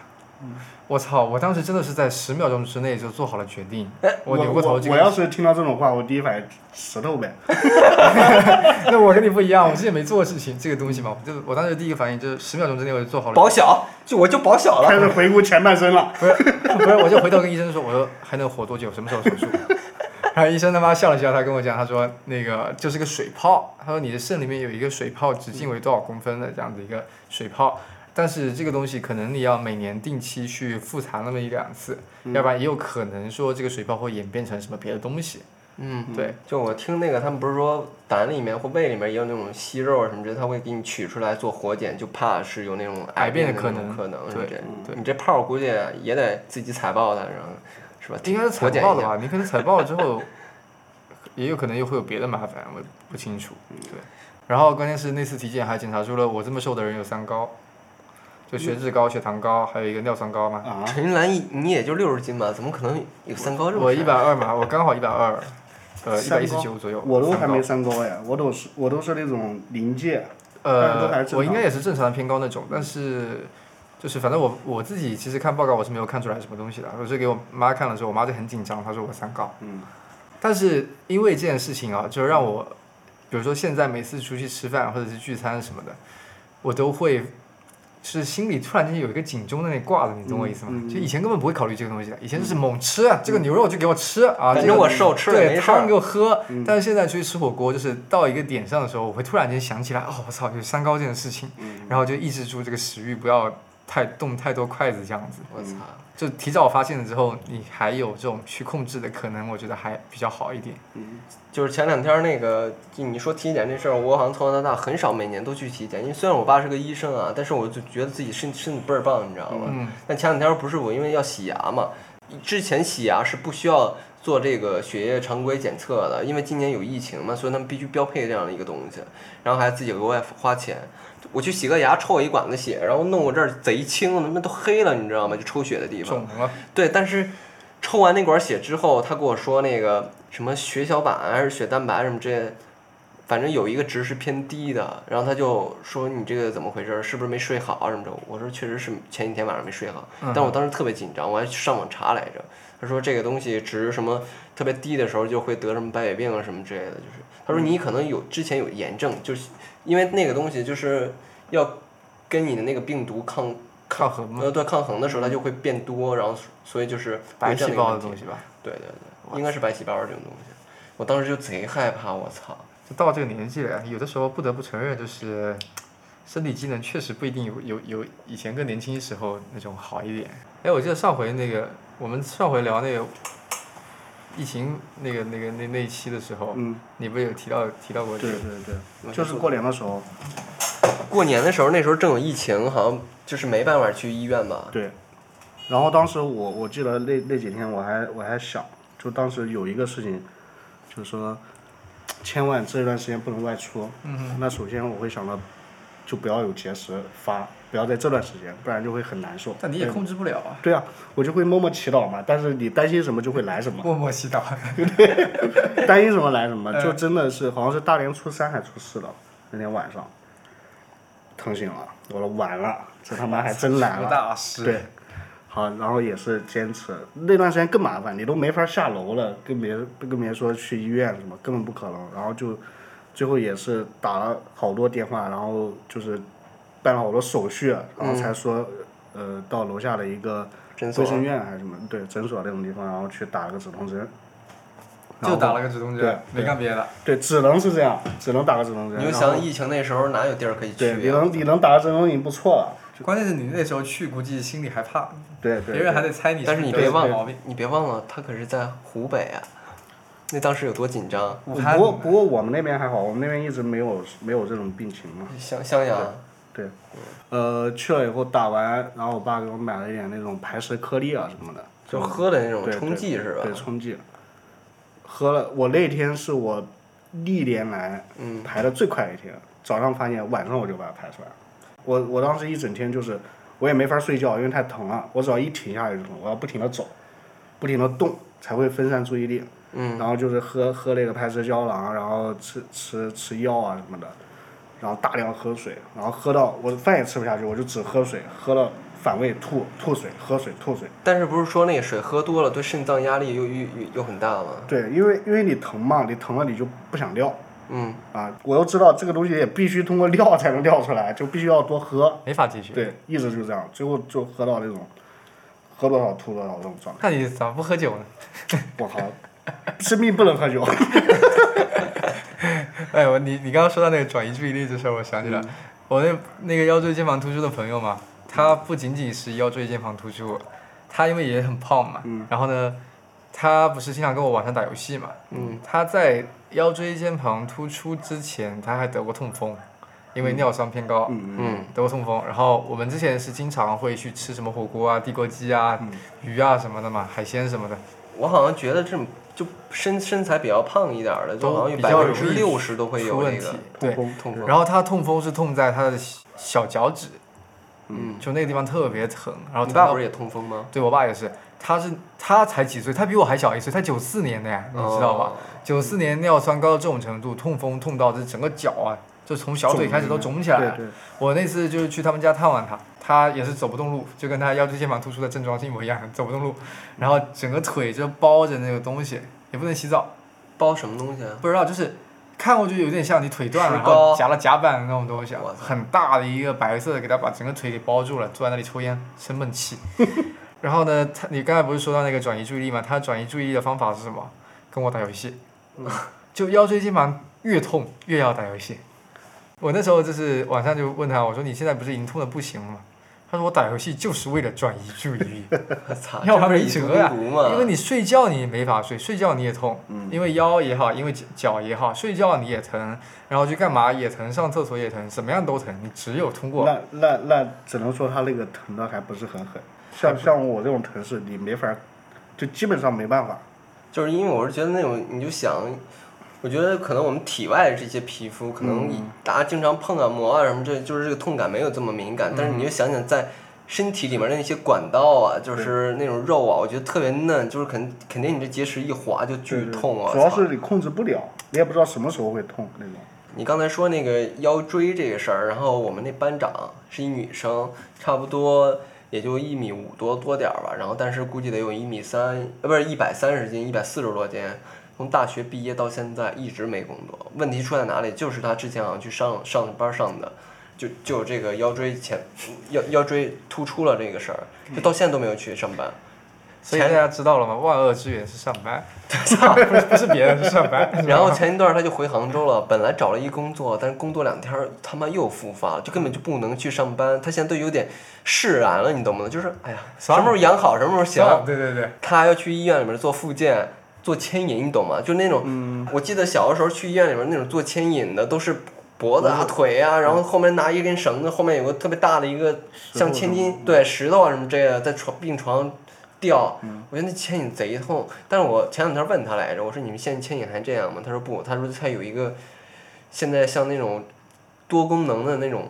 C: 嗯
B: 我操！我当时真的是在十秒钟之内就做好了决定。
C: 我
B: 扭过头就
C: 哎我要是听到这种话，我第一反应石头呗，
B: [LAUGHS] 那我跟你不一样，我之前没做事情这个东西嘛，我就我当时第一个反应就是十秒钟之内我就做好了。
A: 保小，就我就保小
B: [LAUGHS]
C: 开
A: 了。嗯
C: 始回顾前半生了，
B: 不是 [LAUGHS] 不是，我就回头跟医生说，我说还能活多久？什么时候手术？ [LAUGHS] 然后医生他妈笑了笑，他跟我讲，他说那个就是个水泡，他说你的肾里面有一个水泡，直径为多少公分的这样子一个水泡，但是这个东西可能你要每年定期去复查那么一两次，要不然也有可能说这个水泡会演变成什么别的东西。
A: 嗯，
B: 对，
A: 就我听那个，他们不是说胆里面或胃里面也有那种息肉啊什么之类，他会给你取出来做活检，就怕是有那种
B: 癌
A: 变
B: 变的
A: 的
B: 可
A: 那种
B: 能
A: 可能是
B: 对
A: 这样
B: 对
A: 你这泡儿估计也得自己采爆它，然后是吧？
B: 应该是采
A: 活检
B: 报
A: 一
B: 的
A: 下。
B: 吧？你可能采报了之后，也有可能又会有别的麻烦，我不清楚。对，然后关键是那次体检还检查出了我这么瘦的人有三高，就血脂高、血糖高，还有一个尿酸高嘛。
C: 啊，
A: 陈云兰，你你也就六十斤吧，怎么可能有三哦高这么
B: 我
A: 事
B: 一
A: 儿
B: 百二嘛，我刚好一百二，呃，一
C: 三
B: 百一
C: 高
B: 十九左右。
C: 我都还
B: 三高
C: 没三高哎，我都是我都是那种临界，但是都还
B: 呃
C: 是正，常
B: 我应该也是正常的偏高那种，但是就是反正我我自己其实看报告我是没有看出来什么东西的，啊我是给我妈看的时候，我妈就很紧张，她说我三高。
C: 嗯，
B: 但是因为这件事情啊，就让我，比如说现在每次出去吃饭或者是聚餐什么的，我都会是心里突然间有一个警钟在那里挂着，你懂我意思吗？
C: 嗯嗯嗯
B: 就以前根本不会考虑这个东西的，以前就是猛吃啊，这个牛肉就给我吃
A: 反
B: 啊，这
A: 正
B: 个
A: 我瘦吃了也
B: 对
A: 没事儿
B: 汤给。我喝。
C: 嗯
B: 但是现在出去吃火锅，就是到一个点上的时候，我会突然间想起来，哦，我操，有三高这件事情，
C: 嗯
B: 然后就抑制住这个食欲，不要太动太多筷子这样子。
A: 我操！
B: 就提早发现了之后，你还有这种去控制的可能，我觉得还比较好一点。
C: 嗯，
A: 就是前两天那个，就你说体检这事儿，我好像从小到大很少每年都去体检，因为虽然我爸是个医生啊，但是我就觉得自己身身体倍儿棒，你知道吗？
B: 嗯，
A: 但前两天不是我因为要洗牙嘛，之前洗牙是不需要做这个血液常规检测的，因为今年有疫情嘛，所以他们必须标配这样的一个东西，然后还自己额外花钱。我去洗个牙，抽我一管子血，然后弄我这儿贼青，他妈都黑了，你知道吗？就抽血的地方。
B: 肿了。
A: 对，但是抽完那管血之后，他跟我说那个什么血小板啊还是血蛋白什么这些，反正有一个值是偏低的。然后他就说你这个怎么回事儿？是不是没睡好啊什么的？我说确实是前几天晚上没睡好，但我当时特别紧张，我还去上网查来着。他说这个东西值什么特别低的时候就会得什么白血病啊什么之类的，就是他说你可能有之前有炎症，就是因为那个东西就是要跟你的那个病毒抗
B: 抗衡吗？
A: 呃，对，抗衡的时候它就会变多，然后所以就是
B: 白
A: 有这
B: 细
A: 样
B: 胞
A: 一个
B: 的
A: 问
B: 东
A: 题。
B: 西吧。
A: 对对对，应该是白细胞这种东西。我当时就贼害怕，我操！
B: 就到这个年纪了，有的时候不得不承认，就是身体机能确实不一定有有有以前更年轻时候那种好一点。哎，我记得上回那个我们上回聊那个疫情那个那个那那一期的时候，
C: 嗯，
B: 你不是有提到提到过这
C: 对
B: 个？
C: 对对，就是过年的时候，
A: 过年的时候，那时候正有疫情，好像就是没办法去医院
B: 啊
A: 吧。
C: 对，然后当时我我记得那那几天我还我还想，就当时有一个事情，就是说，千万这段时间不能外出。嗯。那首先我会想到，就不要有节食发，不要在这段时间，不然就会很难受。
B: 但你也控制不了啊，
C: 对啊，我就会默默祈祷嘛，但是你担心什么就会来什么，
B: 默默祈祷。
C: 担心什么来什
B: 嗯
C: 么，就真的是好像是大年初三还初四了，那天晚上，疼醒了，我说完了，这他妈还哎
B: [LAUGHS]
C: 真来
B: 什么
C: 了。
B: 大师，
C: 对，好，然后也是坚持。那段时间更麻烦，你都没法下楼了，更别更别说去医院什么，根本不可能。然后就最后也是打了好多电话，然后就是办了好多手续，然后才说、呃到楼下的一个
A: 嗯诊所
C: 卫生院还是什么，对诊所那种地方，然后去打了个止痛针。然
B: 就
C: 后
B: 打了个止痛
C: 对
B: 针，没干别的。
C: 对，只能是这样，只能打个止痛针。
A: 你就
C: 然
A: 想
C: 后
A: 疫情那时候哪有地儿可以去
C: 对，你
A: 啊？
C: 能你能打个止痛针已经不错了。
B: 关键是你那时候去，估计心里害怕，
C: 对对。
B: 别人还得猜你。
A: 但是你别忘
B: 了毛
A: 了
B: 病，，
A: 你别忘了，他可是在湖北啊，那当时有多紧张？
B: 武汉
C: 不过不过我们那边还好，我们那边一直没有没有这种病情嘛。
A: 襄襄阳，
C: 对，呃，去了以后打完，然后我爸给我买了一点那种排石颗粒啊什么的，
A: 就喝的那种
C: 对
A: 冲剂是吧
C: 对，？冲剂。喝了，我那天是我历年来
A: 嗯
C: 排的最快的一天，早上发现，晚上我就把它排出来了。我我当时一整天就是，我也没法睡觉，因为太疼了。我只要一停下来就疼，我要不停的走，不停的动，才会分散注意力。
A: 嗯，
C: 然后就是喝喝那个排石胶囊，然后吃吃吃药啊什么的，然后大量喝水，然后喝到我饭也吃不下去，我就只喝水，喝到反胃吐吐水，喝水吐水。
A: 但是不是说那个水喝多了对肾脏压力又又又又很大吗？
C: 对，因为因为你疼嘛，你疼了你就不想尿
A: 嗯，
C: 啊。我又知道这个东西也必须通过尿才能尿出来，就必须要多喝。
B: 没法继续。
C: 对，一直就这样，最后就喝到那种喝多少吐多少那种状态。
B: 那你怎么不喝酒呢？[LAUGHS]
C: 我靠，生病不能喝酒。
B: [LAUGHS] 哎，我你你刚刚说到那个转移注意力这事儿，我想起
A: 嗯
B: 来，我那那个腰椎间盘突出的朋友嘛，他不仅仅是腰椎间盘突出，他因为也很胖嘛，然后呢，他不是经常跟我晚上打游戏嘛，
A: 嗯，
B: 他在腰椎间盘突出之前，他还得过痛风，因为尿酸偏高，
C: 嗯嗯
A: 嗯，
B: 得过痛风。然后我们之前是经常会去吃什么火锅啊、地沟鸡啊、
A: 嗯
B: 鱼啊什么的嘛，海鲜什么的，
A: 我好像觉得这种就身身材比较胖一点儿的，就
B: 都
A: 好像
B: 比
A: 百
B: 较
A: 分
B: 容
A: 之
B: 易
A: 六十都会
B: 出
A: 有
B: 问
A: 那
B: 题
A: 个。嗯
B: 对，
C: 痛
A: 痛风。
B: 然后他痛风是痛在他的小脚趾，
A: 嗯，
B: 就那个地方特别疼，然后
A: 你
B: 疼
A: 爸
B: 到
A: 不是也痛风吗？
B: 对我爸也是，他是他才几岁，他比我还小一岁，他九四年的呀，你知道吧？
A: 哦？
B: 九四、年尿酸高到这种程度，痛风痛到这整个脚啊，就从小腿开始都肿起来了。
C: 对对，
B: 我那次就是去他们家探望他，他也是走不动路，就跟他腰椎间盘突出的症状是一模一样，走不动路，然后整个腿就包着那个东西，也不能洗澡，
A: 包什么东西啊？ [LAUGHS]
B: 不知道就是。看过去有点像你腿断了，
A: 石
B: 然
A: 膏
B: 后夹了夹板的那种东西啊
A: 我，操
B: 很大的一个白色的，给他把整个腿给包住了，坐在那里抽烟，生闷气。 [LAUGHS] 然后呢，他你刚才不是说到那个转移注意力吗？他转移注意力的方法是什么？跟我打游戏，
A: 嗯
B: [LAUGHS] 就腰椎间盘越痛越要打游戏。我那时候就是晚上就问他，我说你现在不是已经痛的不行了吗？他说我打游戏就是为了转移注意力，
A: 我操，
B: 要
A: 这
B: 不
A: 不
B: 然
A: 是
B: 你
A: 以毒
B: 折呀
A: 攻毒吗？
B: 因为你睡觉你没法睡，睡觉你也痛，
A: 嗯
B: 因为腰也好，因为脚脚也好，睡觉你也疼，然后去干嘛也疼，上厕所也疼，怎么样都疼，你只有通过
C: 那那那只能说他那个疼的还不是很狠，像像我这种疼是你没法，就基本上没办法。
A: 就是因为我是觉得那种，你就想，我觉得可能我们体外这些皮肤，可
B: 嗯
A: 能大家经常碰啊、磨啊什么，这就是这个痛感没有这么敏感。但
B: 嗯
A: 是你就想想在身体里面的那些管道啊，就是那种肉啊，我觉得特别嫩，就是肯肯定你这结石一划就巨痛啊！
C: 主要
A: 操
C: 是你控制不了，你也不知道什么时候会痛那种。
A: 你刚才说那个腰椎这个事儿，然后我们那班长是一女生，差不多也就一米五多多点儿吧，然后但是估计得有一米三，呃，不是一百三十斤，一百四十多斤。从大学毕业到现在一直没工作，问题出在哪里？就是她之前好像去上上班上的，就就有这个腰椎前嗯腰腰椎突出了这个事儿，就到现在都没有去上班。
B: 所以大家知道了吗？万恶之源是上班， [LAUGHS] 不是不是别的，是上班。
A: [LAUGHS] 然
B: [LAUGHS]
A: 后前一段他就回杭州了，本来找了一工作，但是工作两天儿他妈又复发了，就根本就不能去上班。他现在都有点释然了，你懂吗？就是哎呀，什
B: 算
A: 么
B: 了
A: 时候养好什么时候行。
B: 对对对，
A: 他还要去医院里面做复健、嗯做牵引，你懂吗？就那种，我记得小的时候去医院里面那种做牵引的，都是脖子啊、腿啊，然后后面拿一根绳子，后面有个特别大的一个像千斤对石头啊什么之类的，在床病床掉，我觉得那牵引贼痛。但是我前两天问他来着，我说你们现在牵引还这样吗？他说不，他说他有一个现在像那种多功能的那种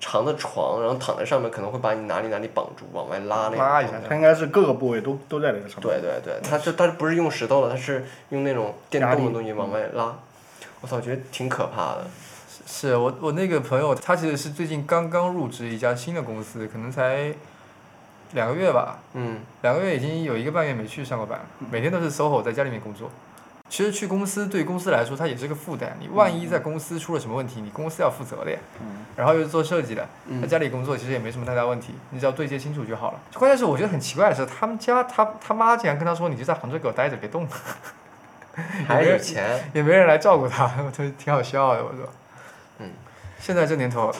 A: 长的床，然后躺在上面可能会把你哪里哪里绑住，往外拉那种。
B: 拉一下。
C: 它应该是各个部位都都在那个上面。
A: 对对对，它这它不是用石头了，它是用那种电动的东西往外拉。我操，我觉得挺可怕的。
B: 是我我那个朋友，他其实是最近刚刚入职一家新的公司，可能才两个月吧，
A: 嗯
B: 两个月已经有一个半月没去上过班了，每天都是 SOHO 在家里面工作。其实去公司对公司来说，它也是个负担。你万一在公司出了什么问题，你公司要负责的呀。
C: 嗯
B: 然后又是做设计的，在
A: 嗯
B: 家里工作其实也没什么太大问题，你只要对接清楚就好了。关键是我觉得很奇怪的是，他们家他他妈竟然跟他说：“你就在杭州给我待着，别动。”
A: 还是有钱。
B: 也没人来照顾他， [LAUGHS] 我就挺好笑的。我说，
A: 嗯，
B: 现在这年头，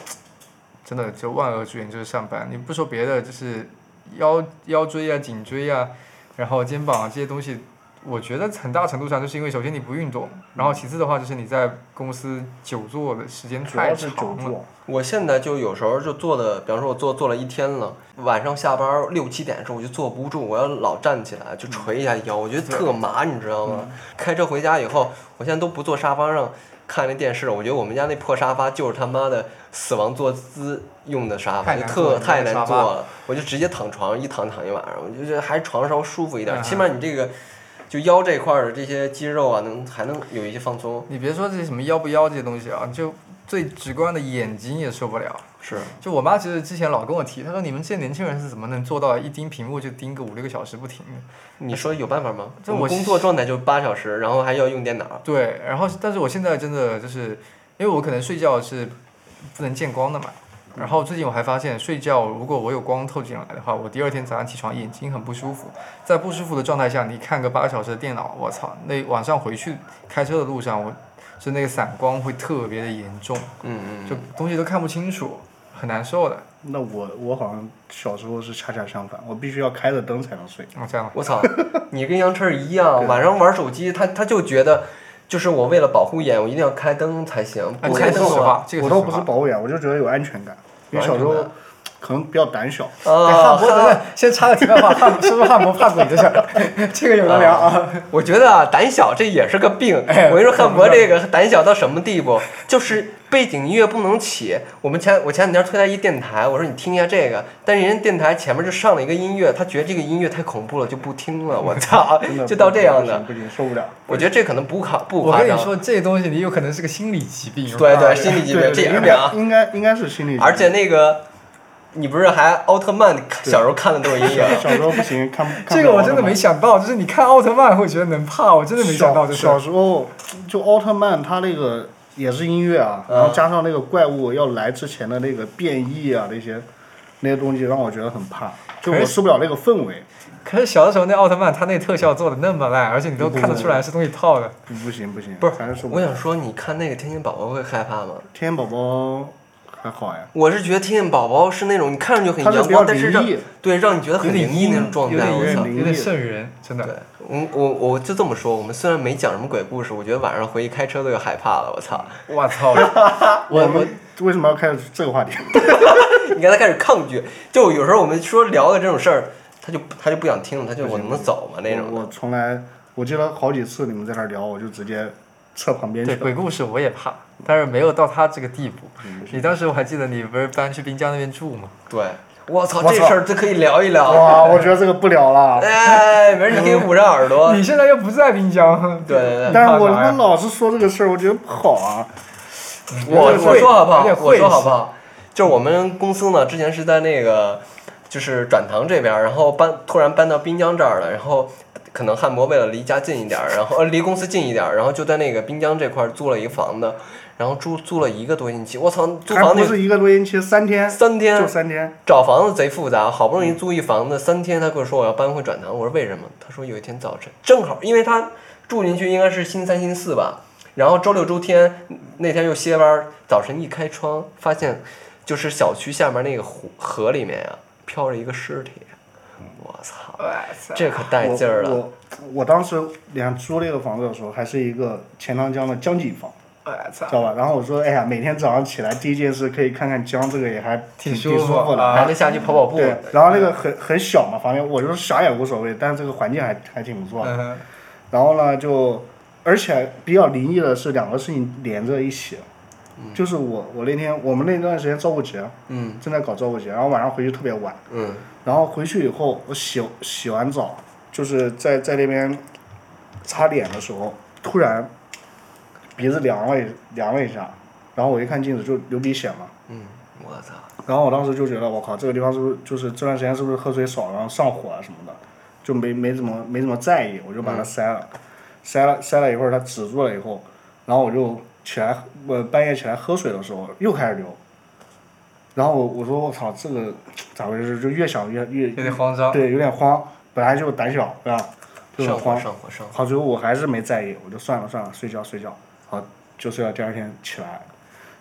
B: 真的就万恶之源就是上班。你不说别的，就是腰腰椎啊、颈椎啊，然后肩膀啊这些东西，我觉得很大程度上就是因为首先你不运动，然后其次的话就是你在公司久坐的时间
C: 主
B: 太
C: 要是久
B: 长了。
C: 坐，
A: 我现在就有时候就坐的，比方说我坐坐了一天了，晚上下班六七点的时候我就坐不住，我要老站起来
B: 嗯
A: 就捶一下腰，我觉得特麻，你知道吗？开车回家以后，我现在都不坐沙发上看那电视了，我觉得我们家那破沙发就是他妈的死亡坐姿用的沙发，
B: 太
A: 就
B: 难坐
A: 特
B: 了
A: 太
B: 那
A: 难
B: 沙
A: 坐
B: 发
A: 了，我就直接躺床上一躺躺一晚上，我就觉得还是床上稍微舒服一点，
B: 嗯
A: 起码你这个就腰这块儿的这些肌肉啊，能还能有一些放松。
B: 你别说这些什么腰不腰这些东西啊，就最直观的眼睛也受不了。
A: 是，
B: 就我妈其实之前老跟我提，她说你们这些年轻人是怎么能做到一盯屏幕就盯个五六个小时不停的？
A: 你说有办法吗？
B: 这
A: 我
B: 我
A: 工作状态就是八小时，然后还要用电脑。
B: 对，然后但是我现在真的就是，因为我可能睡觉是不能见光的嘛。然后最近我还发现，睡觉如果我有光透进来的话，我第二天早上起床眼睛很不舒服。在不舒服的状态下，你看个八个小时的电脑，我操，那晚上回去开车的路上，我就那个散光会特别的严重，
A: 嗯嗯
B: 就东西都看不清楚，很难受的。
C: 那我我好像小时候是恰恰相反，我必须要开着灯才能睡。
B: 哦我这样，
A: 我操，你跟杨晨儿一样，晚上玩手机，他他就觉得，就是我为了保护眼，我一定要开灯才行，
B: 哎
A: 不啊
B: 这个
A: 开
B: 是
A: 灯
B: 实
A: 的话，
B: 话，这个
C: 我
B: 是
C: 倒
B: 实
C: 不是
B: 话。
C: 保护眼，我就觉得有安全感，因为小时
A: 有安
C: 候
A: 全
C: 可能比较胆小。
B: 哎
A: 啊，
B: 汉博，
C: 哦
B: 等等，先插个题外话，汉说说汉博怕鬼的事儿， [LAUGHS] 这个有的聊啊。
A: 我觉得啊，胆小这也是个病。我跟你说，汉博这个胆小到什么地步，就是背景音乐不能起。我们前我前两天推他一电台，我说你听一下这个，但人家电台前面就上了一个音乐，他觉得这个音乐太恐怖了，就不听了。我操
C: 真的，
A: 就到这样的。
C: 不行，不行，受不了。
A: 我觉得这可能不夸不
B: 我
A: 夸
B: 跟你
A: 张。啊
B: 说，这东西你有可能是个心理疾病。
A: 对对，
B: 啊
A: 心理疾病
C: 对
A: 这
C: 对，
A: 也
C: 应
A: 是啊
C: 该。应该应该是心理 [LAUGHS] 疾病。
A: 而且那个，你不是还奥特曼小时候看的都是一
C: [LAUGHS]
A: 样？
C: 小时候
B: [LAUGHS]
C: 不行，看看不
B: 啊这
C: 了
B: 个我真的
C: 奥特曼
B: 没想到，就是你看奥特曼会觉得能怕，我真的没想到这事
C: 小
B: 儿。
C: 小时候就奥特曼他那个也是音乐
B: 嗯
C: 啊，然后加上那个怪物要来之前的那个变异啊那些那些东西，让我觉得很怕，就
B: 可
C: 我
B: 是
C: 受不了那个氛围，
B: 可是小的时候那奥特曼，他那特效做的那么烂，而且你都看得出来是东西套的。
C: 不不行不行，
A: 不是
C: 还是受不
A: 我
C: 了。
A: 想说，你看那个天线宝宝会害怕吗？
C: 天宝宝还好呀，
A: 我是觉得天线宝宝是那种你看上去很
C: 它是
A: 阳
C: 比较
A: 光，但是让
C: 灵异，
A: 对让你觉得很灵异那种状
C: 啊
A: 态。
B: 有
A: 我
B: 点
A: 操！
C: 灵
B: 有点瘆人，真
A: 对
B: 的。，
A: 我我我就这么说。我们虽然没讲什么鬼故事，我觉得晚上回去开车都有害怕了。我操！
B: 我操！
C: 我
B: 我
C: 们为什么要开始这个话题？
A: 你刚才开始抗拒，就有时候我们说聊的这种事儿，他就他就不想听了，他就我能走吗那种
C: 我
A: 的。
C: 我从来我记得好几次你们在那儿聊，我就直接侧旁边去
B: [LAUGHS] 对
C: 了。
B: 鬼故事我也怕，但是没有到他这个地步。你当时我还记得你不是搬去滨江那边住吗？
A: 对，我操，
C: 我
A: 这
C: 操
A: 事儿这可以聊一聊。
C: 哇，我觉得这个不
B: [LAUGHS]
C: 聊了。
A: 哎，没事，你可以捂上耳朵。
B: 你现在又不在滨江。
A: 对对对
B: 你
C: 但
B: 怕
C: 是我
B: 啥
C: 他
B: 呀
C: 妈老是说这个事儿，我觉得不好啊。
A: 我
B: 有点
A: 我
B: 晦
A: 说好不好
B: 有点？晦
A: 我说好
B: 气
A: 不好？就是我们公司呢，之前是在那个就是转塘这边儿，然后搬突然搬到滨江这儿了，然后可能汉博为了离家近一点儿，然后呃离公司近一点儿，然后就在那个滨江这块儿租了一个房子，然后租租了一个多星期，我操，租
C: 还
A: 房
C: 不
A: 子
C: 是一个录音期，三天，
A: 三天
C: 就，三天。
A: 找房子贼复杂，好不容易租一房子，三天他跟我说我要搬回转塘，我说为什么？他说有一天早晨正好，因为他住进去应该是星期三、星期四吧，然后周六、周天那天又歇班儿，早晨一开窗发现就是小区下面那个湖河里面啊飘着一个尸体，我操，
B: 我操！
A: 这可带劲儿
C: 我
A: 了！
C: 我我当时你看租那个房子的时候，还是一个钱塘江的江景房，
B: 哎操
C: 知，道吧？然后我说，哎呀，每天早上起来第一件事可以看看江这个，也还
B: 挺
C: 舒
B: 舒服
C: 的。
B: 啊
A: 还能下去跑跑步。嗯
C: 对，然后那个很很小嘛，房间我就是啥也无所谓，但是这个环境还还挺不错
B: 嗯
C: 的。
B: 哼，
C: 然后呢，就而且比较灵异的是两个事情连着一起，就是我我那天我们那段时间照顾节啊
A: 嗯
C: 正在搞照顾节，然后晚上回去特别晚，
A: 嗯
C: 然后回去以后我洗洗完澡，就是在在那边擦脸的时候，突然鼻子凉了一凉了一下，然后我一看镜子就流鼻血嘛，
A: 嗯，我操，
C: 然后我当时就觉得，我靠，这个地方是不是就是这段时间是不是喝水少，然后上火啊什么的，就没没怎么没怎么在意，我就把它塞了，塞了塞了一会儿，它止住了以后，然后我就起来，我、半夜起来喝水的时候又开始流，然后我我说我操，这个咋回事？就越想越越
B: 有点慌张，
C: 对，有点慌，本来就胆小，对吧？就很
A: 上火
C: 慌，
A: 上火上火。
C: 好，最后我还是没在意，我就算了算了，睡觉睡觉，好，就睡到第二天起来，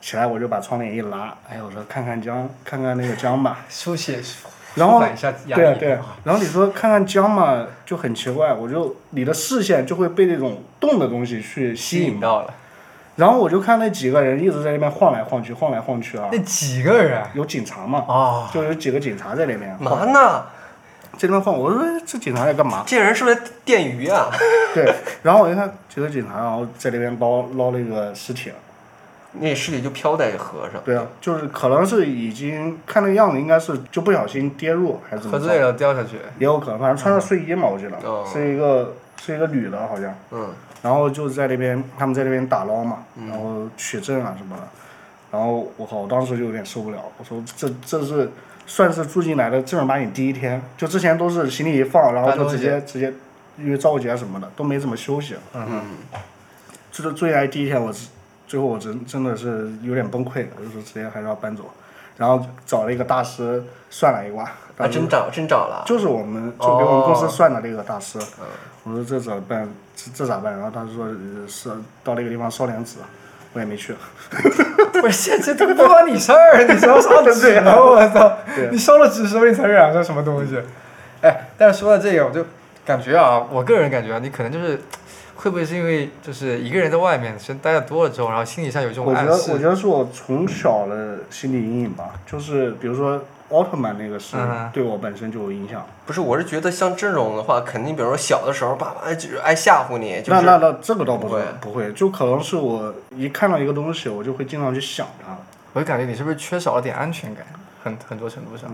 C: 起来我就把窗帘一拉，哎，我说看看江，看看那个江吧，
B: 疏解，
C: 然后
B: 舒缓一下压
C: 对啊
B: 力，
C: 对啊， [LAUGHS] 然后你说看看江嘛，就很奇怪，我就你的视线就会被那种动的东西去吸
B: 吸
C: 引
B: 引
C: 到，
B: 到了
C: 然后我就看那几个人一直在那边晃来晃去，晃来晃去啊
B: 那，几个人
C: 有警察嘛，
B: 哦，
C: 就有几个警察在那边
A: 嘛呢？
C: 这边晃，我说哎这警察在干嘛？
A: 这人是不是电鱼啊？
C: [LAUGHS] 对，然后我一看几个警察，然后在那边捞捞那个尸体了。
A: 那尸体就飘在河
B: 嗯
A: 上。
C: 对啊，就是可能是已经看那个样子，应该是就不小心跌入还是怎
B: 喝
C: 么着，
B: 醉了掉下去，
C: 也有可能，反正穿着睡衣嘛，我记得、
A: 哦
C: 是一个是一个女的，好像，
A: 嗯
C: 然后就在那边他们在那边打捞嘛，
B: 嗯
C: 然后取证啊什么的，然后我靠，我当时就有点受不了，我说这这是算是住进来的正儿八经第一天，就之前都是行李一放，然后
B: 搬
C: 就
B: 东
C: 直
B: 西
C: 接直接因为照顾节什么的都没怎么休息，啊
A: 嗯，
C: 就是最爱第一天我是，最后我真真的是有点崩溃了，我就说直接还是要搬走，然后找了一个大师算了一卦，
A: 啊，
C: 大师
A: 真找真找了。啊
C: 就是我们就给我们公司
A: 哦嗯
C: 算的那个大师，我说这咋办？这这咋办？然后他说呃是到那个地方烧点纸，我也没去，
B: 不是现这都不关你事
C: [LAUGHS]
B: 儿，你烧烧纸了，我操！
C: 啊
B: 你烧了纸，说不定才染上什么东西。哎，但是说到这个，我就感觉啊，我个人感觉啊，你可能就是会不会是因为就是一个人在外面时间待的多了之后，然后心理上有这种
C: 我觉
B: 暗
C: 得我觉
B: 示，
C: 得是我从小的心理阴影吧，就是比如说奥特曼那个事
B: 嗯
C: 对我本身就有影响，
A: 不是，我是觉得像这种的话，肯定，比如说小的时候，爸妈就是爱吓唬你，就
C: 那那
A: 是
C: 那这个倒不
A: 不
C: 会
A: 会
C: 不会，就可能是我一看到一个东西，我就会经常去想它。
B: 我就感觉你是不是缺少了点安全感，很很多程度上。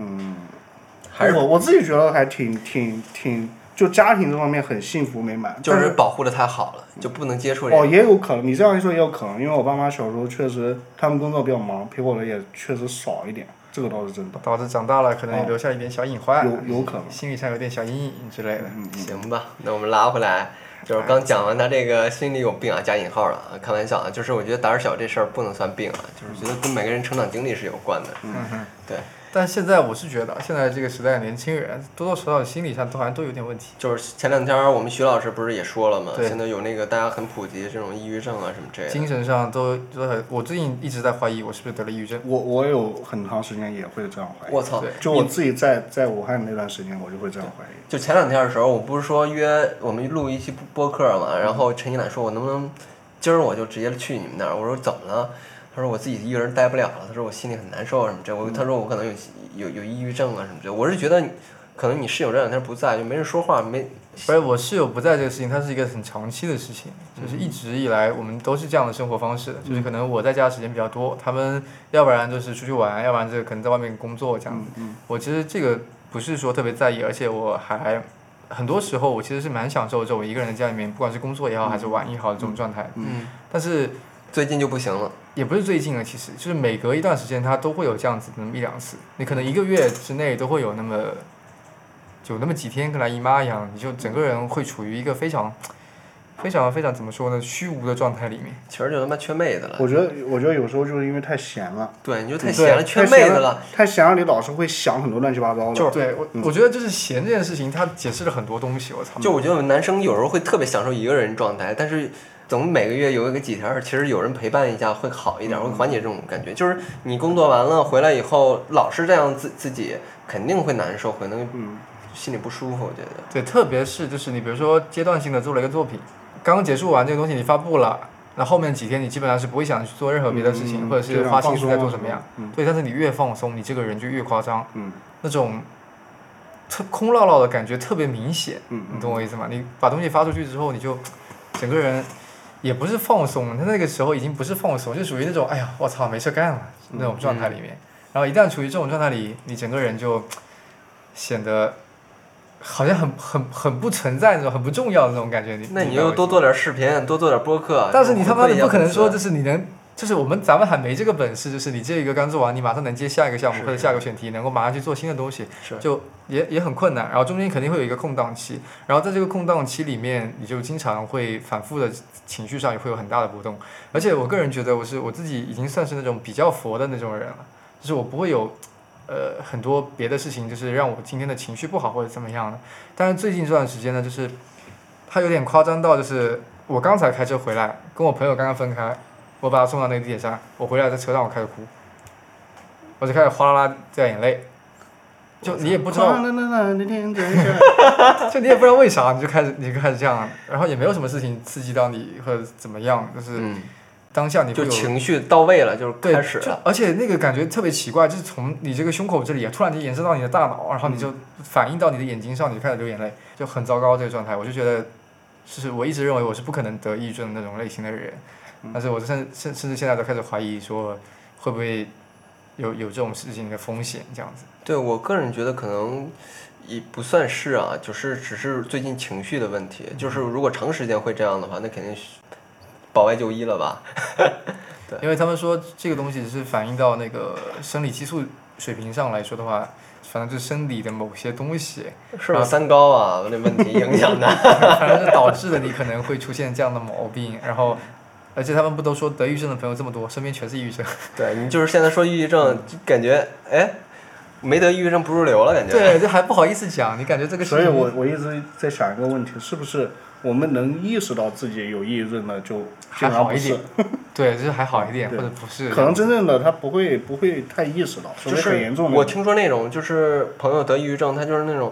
A: 还是
C: 嗯我我自己觉得还挺挺挺，就家庭这方面很幸福美满，
A: 就
C: 但
A: 是保护的太好了，就不能接触这
C: 哦，
A: 种。
C: 也有可能，你这样一说也有可能，因为我爸妈小时候确实他们工作比较忙，陪我的也确实少一点，这个倒是真的，
B: 导致长大了可能留下一点小隐患，啊
C: 有有可能。
B: 心理上有点小阴影之类的。
A: 行吧，那我们拉回来，就是刚讲完他这个心里有病啊，加引号了啊，开玩笑啊，就是我觉得胆儿小这事儿不能算病啊，就是觉得跟每个人成长经历是有关的。
B: 嗯哼。
A: 对，
B: 但现在我是觉得，现在这个时代的年轻人多多少少心理上都好像都有点问题。
A: 就是前两天我们徐老师不是也说了吗？
B: 对
A: 现在有那个大家很普及这种抑郁症啊什么之类的。
B: 精神上都都很，我最近一直在怀疑我是不是得了抑郁症。
C: 我我有很长时间也会这样怀疑，
A: 我操
B: 对！
C: 就我自己在在武汉那段时间，我就会这样怀疑。嗯
A: 就前两天的时候，我不是说约我们录一期播客嘛，然后陈一楠说，我能不能今儿我就直接去你们那儿？我说怎么了？他说我自己一个人待不了了，他说我心里很难受啊什么这，我他说我可能有有有抑郁症啊什么这，我是觉得你可能你室友这两天不在，就没人说话，没
B: 不是我室友不在这个事情，它是一个很长期的事情，就是
A: 嗯
B: 一直以来我们都是这样的生活方式，就是可能我在家时间比较多，他们要不然就是出去玩，要不然就是可能在外面工作这样
A: 嗯
B: 子。
C: 嗯
B: 我其实这个不是说特别在意，而且我还很多时候我其实是蛮享受这种一个人在家里面，不管是工作也好还是玩也好的这种状态。
A: 嗯，
B: 但是
A: 最近就不行了，
B: 也不是最近了，其实就是每隔一段时间，它都会有这样子那么一两次。你可能一个月之内都会有那么有那么几天跟来姨妈一样，你就整个人会处于一个非常、非常、非常怎么说呢，虚无的状态里面。
A: 其实就他妈缺妹子了。
C: 我觉得我觉得有时候就是因为太闲了，
A: 对，你就太
B: 对
A: 闲了，缺
C: 太
A: 妹
C: 闲
A: 子
C: 了
A: 了。，
C: 太闲了，你老是会想很多乱七八糟的。
A: 就是
B: 对
C: 嗯
B: 我，我觉得就是闲这件事情，它解释了很多东西。我操，
A: 就我觉得我们男生有时候会特别享受一个人状态，但是总每个月有一个几天儿，其实有人陪伴一下会好一点，会
B: 嗯
A: 缓解这种感觉。就是你工作完了回来以后，老是这样自自己，肯定会难受，可能
C: 嗯
A: 心里不舒服。我觉得
B: 对，特别是就是你比如说阶段性的做了一个作品，刚刚结束完这个东西，你发布了，那后面几天你基本上是不会想去做任何别的事情，
C: 嗯
B: 或者
C: 就是想
B: 花心思
C: 放松
B: 在
C: 啊
B: 做什
C: 什
B: 么
C: 么
B: 样。
C: 嗯
B: 对，但是你越放松，你这个人就越夸张，
C: 嗯
B: 那种特空落落的感觉特别明显。
C: 嗯
B: 你懂我意思吗？你把东西发出去之后，你就整个人也不是放松，他那个时候已经不是放松，就属于那种哎呀，我操，没事干了那种状态里面。然后一旦处于这种状态里，你整个人就显得好像很很很不存在那种很不重要的那种感觉。你
A: 那你
B: 明白
A: 就
B: 我意思
A: 多
B: 吗
A: 做点视频，多做点播客。
B: 但是你他妈的不可能说，就是是你能，就是我们咱们还没这个本事，就是你这一个刚做完，你马上能接下一个项目
A: 是
B: 或者
A: 是
B: 下一个选题，能够马上去做新的东西，
A: 是
B: 就也也很困难。然后中间肯定会有一个空档期，然后在这个空档期里面，你就经常会反复的情绪上也会有很大的波动。而且我个人觉得，我是我自己已经算是那种比较佛的那种人了，就是我不会有。呃，很多别的事情就是让我今天的情绪不好或者怎么样的，但是最近这段时间呢，就是他有点夸张到，就是我刚才开车回来，跟我朋友刚刚分开，我把他送到那个地铁站，我回来在车上我开始哭，我就开始哗啦啦掉眼泪，就你也不知
C: [LAUGHS]
B: 道，
C: 啊那那那那天真是，
B: 就你也不知道为啥，你就开始你就开始这样，然后也没有什么事情刺激到你或者怎么样，就是
A: 嗯，
B: 当下你会
A: 就
B: 有
A: 情绪到位了，就是
B: 对，
A: 开始
B: 就
A: 了。
B: 而且那个感觉特别奇怪，就是从你这个胸口这里啊，突然间延伸到你的大脑，然后
A: 嗯
B: 你就反映到你的眼睛上，你就开始流眼泪，就很糟糕这个状态。我就觉得，就是我一直认为我是不可能得抑郁症那种类型的人，
A: 嗯
B: 但是我甚甚甚至现在都开始怀疑说，会不会有有这种事情的风险这样子。
A: 对我个人觉得可能也不算是啊，就是只是最近情绪的问题。就是如果长时间会这样的话，那肯定是保外就医了吧？对
B: 因为他们说这个东西是反映到那个生理激素水平上来说的话，反正就是生理的某些东西，
A: 是吧？三高啊，那问题影响 [LAUGHS] 的。
B: [LAUGHS] 反正是导致了你可能会出现这样的毛病，然后，而且他们不都说得抑郁症的朋友这么多，身边全是抑郁 [LAUGHS] 症。
A: 对你就是现在说抑郁症，就感觉哎，没得抑郁症不入流了，感觉。
B: 对，这还不好意思讲，你感觉这个事
C: 所以
B: 情
C: 我我一直在想一个问题，是不是我们能意识到自己有抑郁症的就
B: 还
C: 经
B: 好
C: 常不
B: 一
C: 是
B: 点，，对，就是还好一点，或
C: 对
B: 者不是
C: 可能真正的他不会不会太意识到，除
A: 就
C: 非很
A: 是
C: 严重的。
A: 我听说那种就是朋友得抑郁症，他就是那种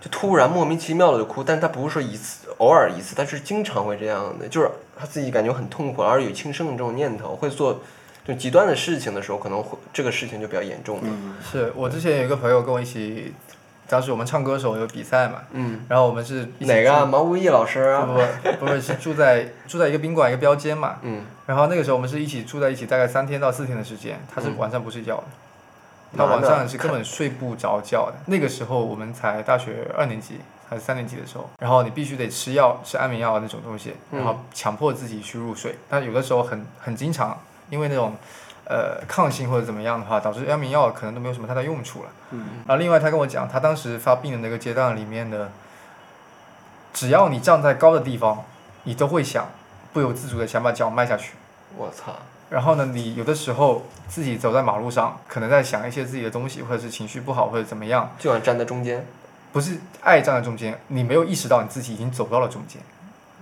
A: 就突然莫名其妙的就哭，但是他不是说一次偶尔一次，他是经常会这样的，就是他自己感觉很痛苦，而有轻生的这种念头，会做就极端的事情的时候，可能会这个事情就比较严重了。
C: 嗯，
B: 是我之前有一个朋友跟我一起，当时我们唱歌的时候有比赛嘛，
A: 嗯，
B: 然后我们是一起
A: 哪个啊？
B: 住？
A: 毛不易老师啊？
B: 不不不是是住在住在一个宾馆一个标间嘛，
A: 嗯，
B: 然后那个时候我们是一起住在一起，大概三天到四天的时间。他
A: 嗯
B: 是晚上不睡觉的，他晚上是根本睡不着觉的。那个时候我们才大学二年级还是三年级的时候，然后你必须得吃药，吃安眠药那种东西，
A: 嗯
B: 然后强迫自己去入睡。但有的时候很很经常，因为那种呃抗性或者怎么样的话，导致安眠药可能都没有什么太大用处了。
C: 嗯。
B: 然后另外他跟我讲，他当时发病的那个阶段里面的，只要你站在高的地方，你都会想不由自主的想把脚迈下去。
A: 我操！
B: 然后呢，你有的时候自己走在马路上，可能在想一些自己的东西，或者是情绪不好，或者怎么样，
A: 就想站在中间。
B: 不是爱站在中间，你没有意识到你自己已经走到了中间。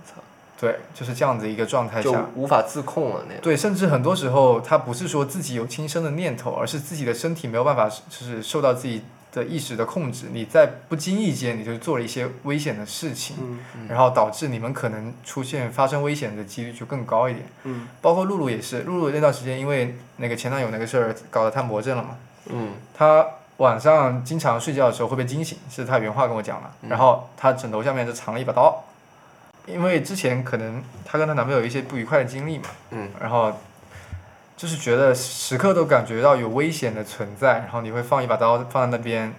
A: 操
B: 对，就是这样子一个状态
A: 就
B: 下。
A: 无法自控了那种。
B: 对，甚至很多时候，他不是说自己有轻生的念头，而是自己的身体没有办法，就是受到自己的意识的控制。你在不经意间，你就做了一些危险的事情，
C: 嗯
B: 然后导致你们可能出现发生危险的几率就更高一点。
C: 嗯，
B: 包括露露也是，露露那段时间因为那个前男友那个事儿搞得她魔怔了嘛，
A: 嗯，
B: 她晚上经常睡觉的时候会被惊醒，是她原话跟我讲的。然后她枕头下面就藏了一把刀，因为之前可能她跟她男朋友有一些不愉快的经历嘛，
A: 嗯，
B: 然后就是觉得时刻都感觉到有危险的存在，然后你会放一把刀放在那边，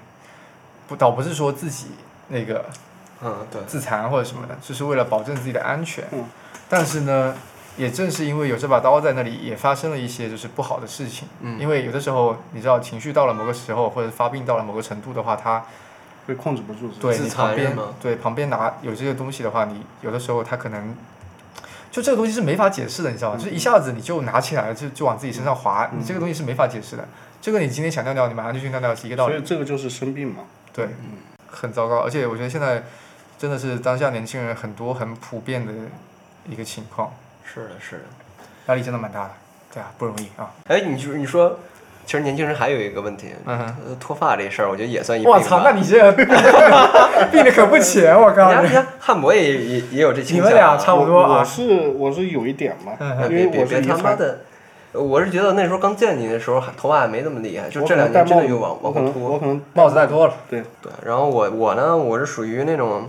B: 不倒不是说自己那个
A: 嗯，对。
B: 自残或者什么的，就是为了保证自己的安全。
C: 嗯
B: 但是呢，也正是因为有这把刀在那里，也发生了一些就是不好的事情。
A: 嗯
B: 因为有的时候你知道，情绪到了某个时候，或者发病到了某个程度的话，它
C: 会控制不住自己。
B: 对
A: 自
B: 你
A: 残
B: 旁边
A: 是吗
B: 对旁边拿有这个东西的话，你有的时候它可能。就这个东西是没法解释的，你知道吗？就是一下子你就拿起来，就就往自己身上划，你这个东西是没法解释的。这个你今天想尿尿，你马上就去尿尿是一个道理
C: 所。以这个就是生病嘛。
B: 对，很糟糕。而且我觉得现在真的是当下年轻人很多很普遍的一个情况，
A: 是的，是的。
B: 压力真的蛮大的。对啊，不容易啊。
A: 哎，你就你说其实年轻人还有一个问题，
B: 嗯哼
A: 呃脱发这事儿，我觉得也算一病吧。
D: 我操，那你
B: [LAUGHS]
D: 这病的可不浅，我告诉
A: 人家人
D: 你。
A: 家汉博也也也有这倾向、
D: 你
A: 啊。
D: 们俩差不多啊
C: 我我是我是有一点吧，
A: 哎
C: 因
A: 别
C: 为
A: 别
C: 我是
A: 别
C: 遗
A: 他妈
C: 传，
A: 的！我是觉得那时候刚见你的时候，还头发还没那么厉害，就
C: 我
A: 这
C: 可
A: 两
C: 能戴
A: 年真
C: 帽
A: 的
C: 子，
A: 又往
C: 我
A: 往
C: 可
A: 后
C: 能我
A: 脱。
C: 可能
B: 帽子戴多了，
C: 对，
A: 对，然后我我呢，我是属于那种，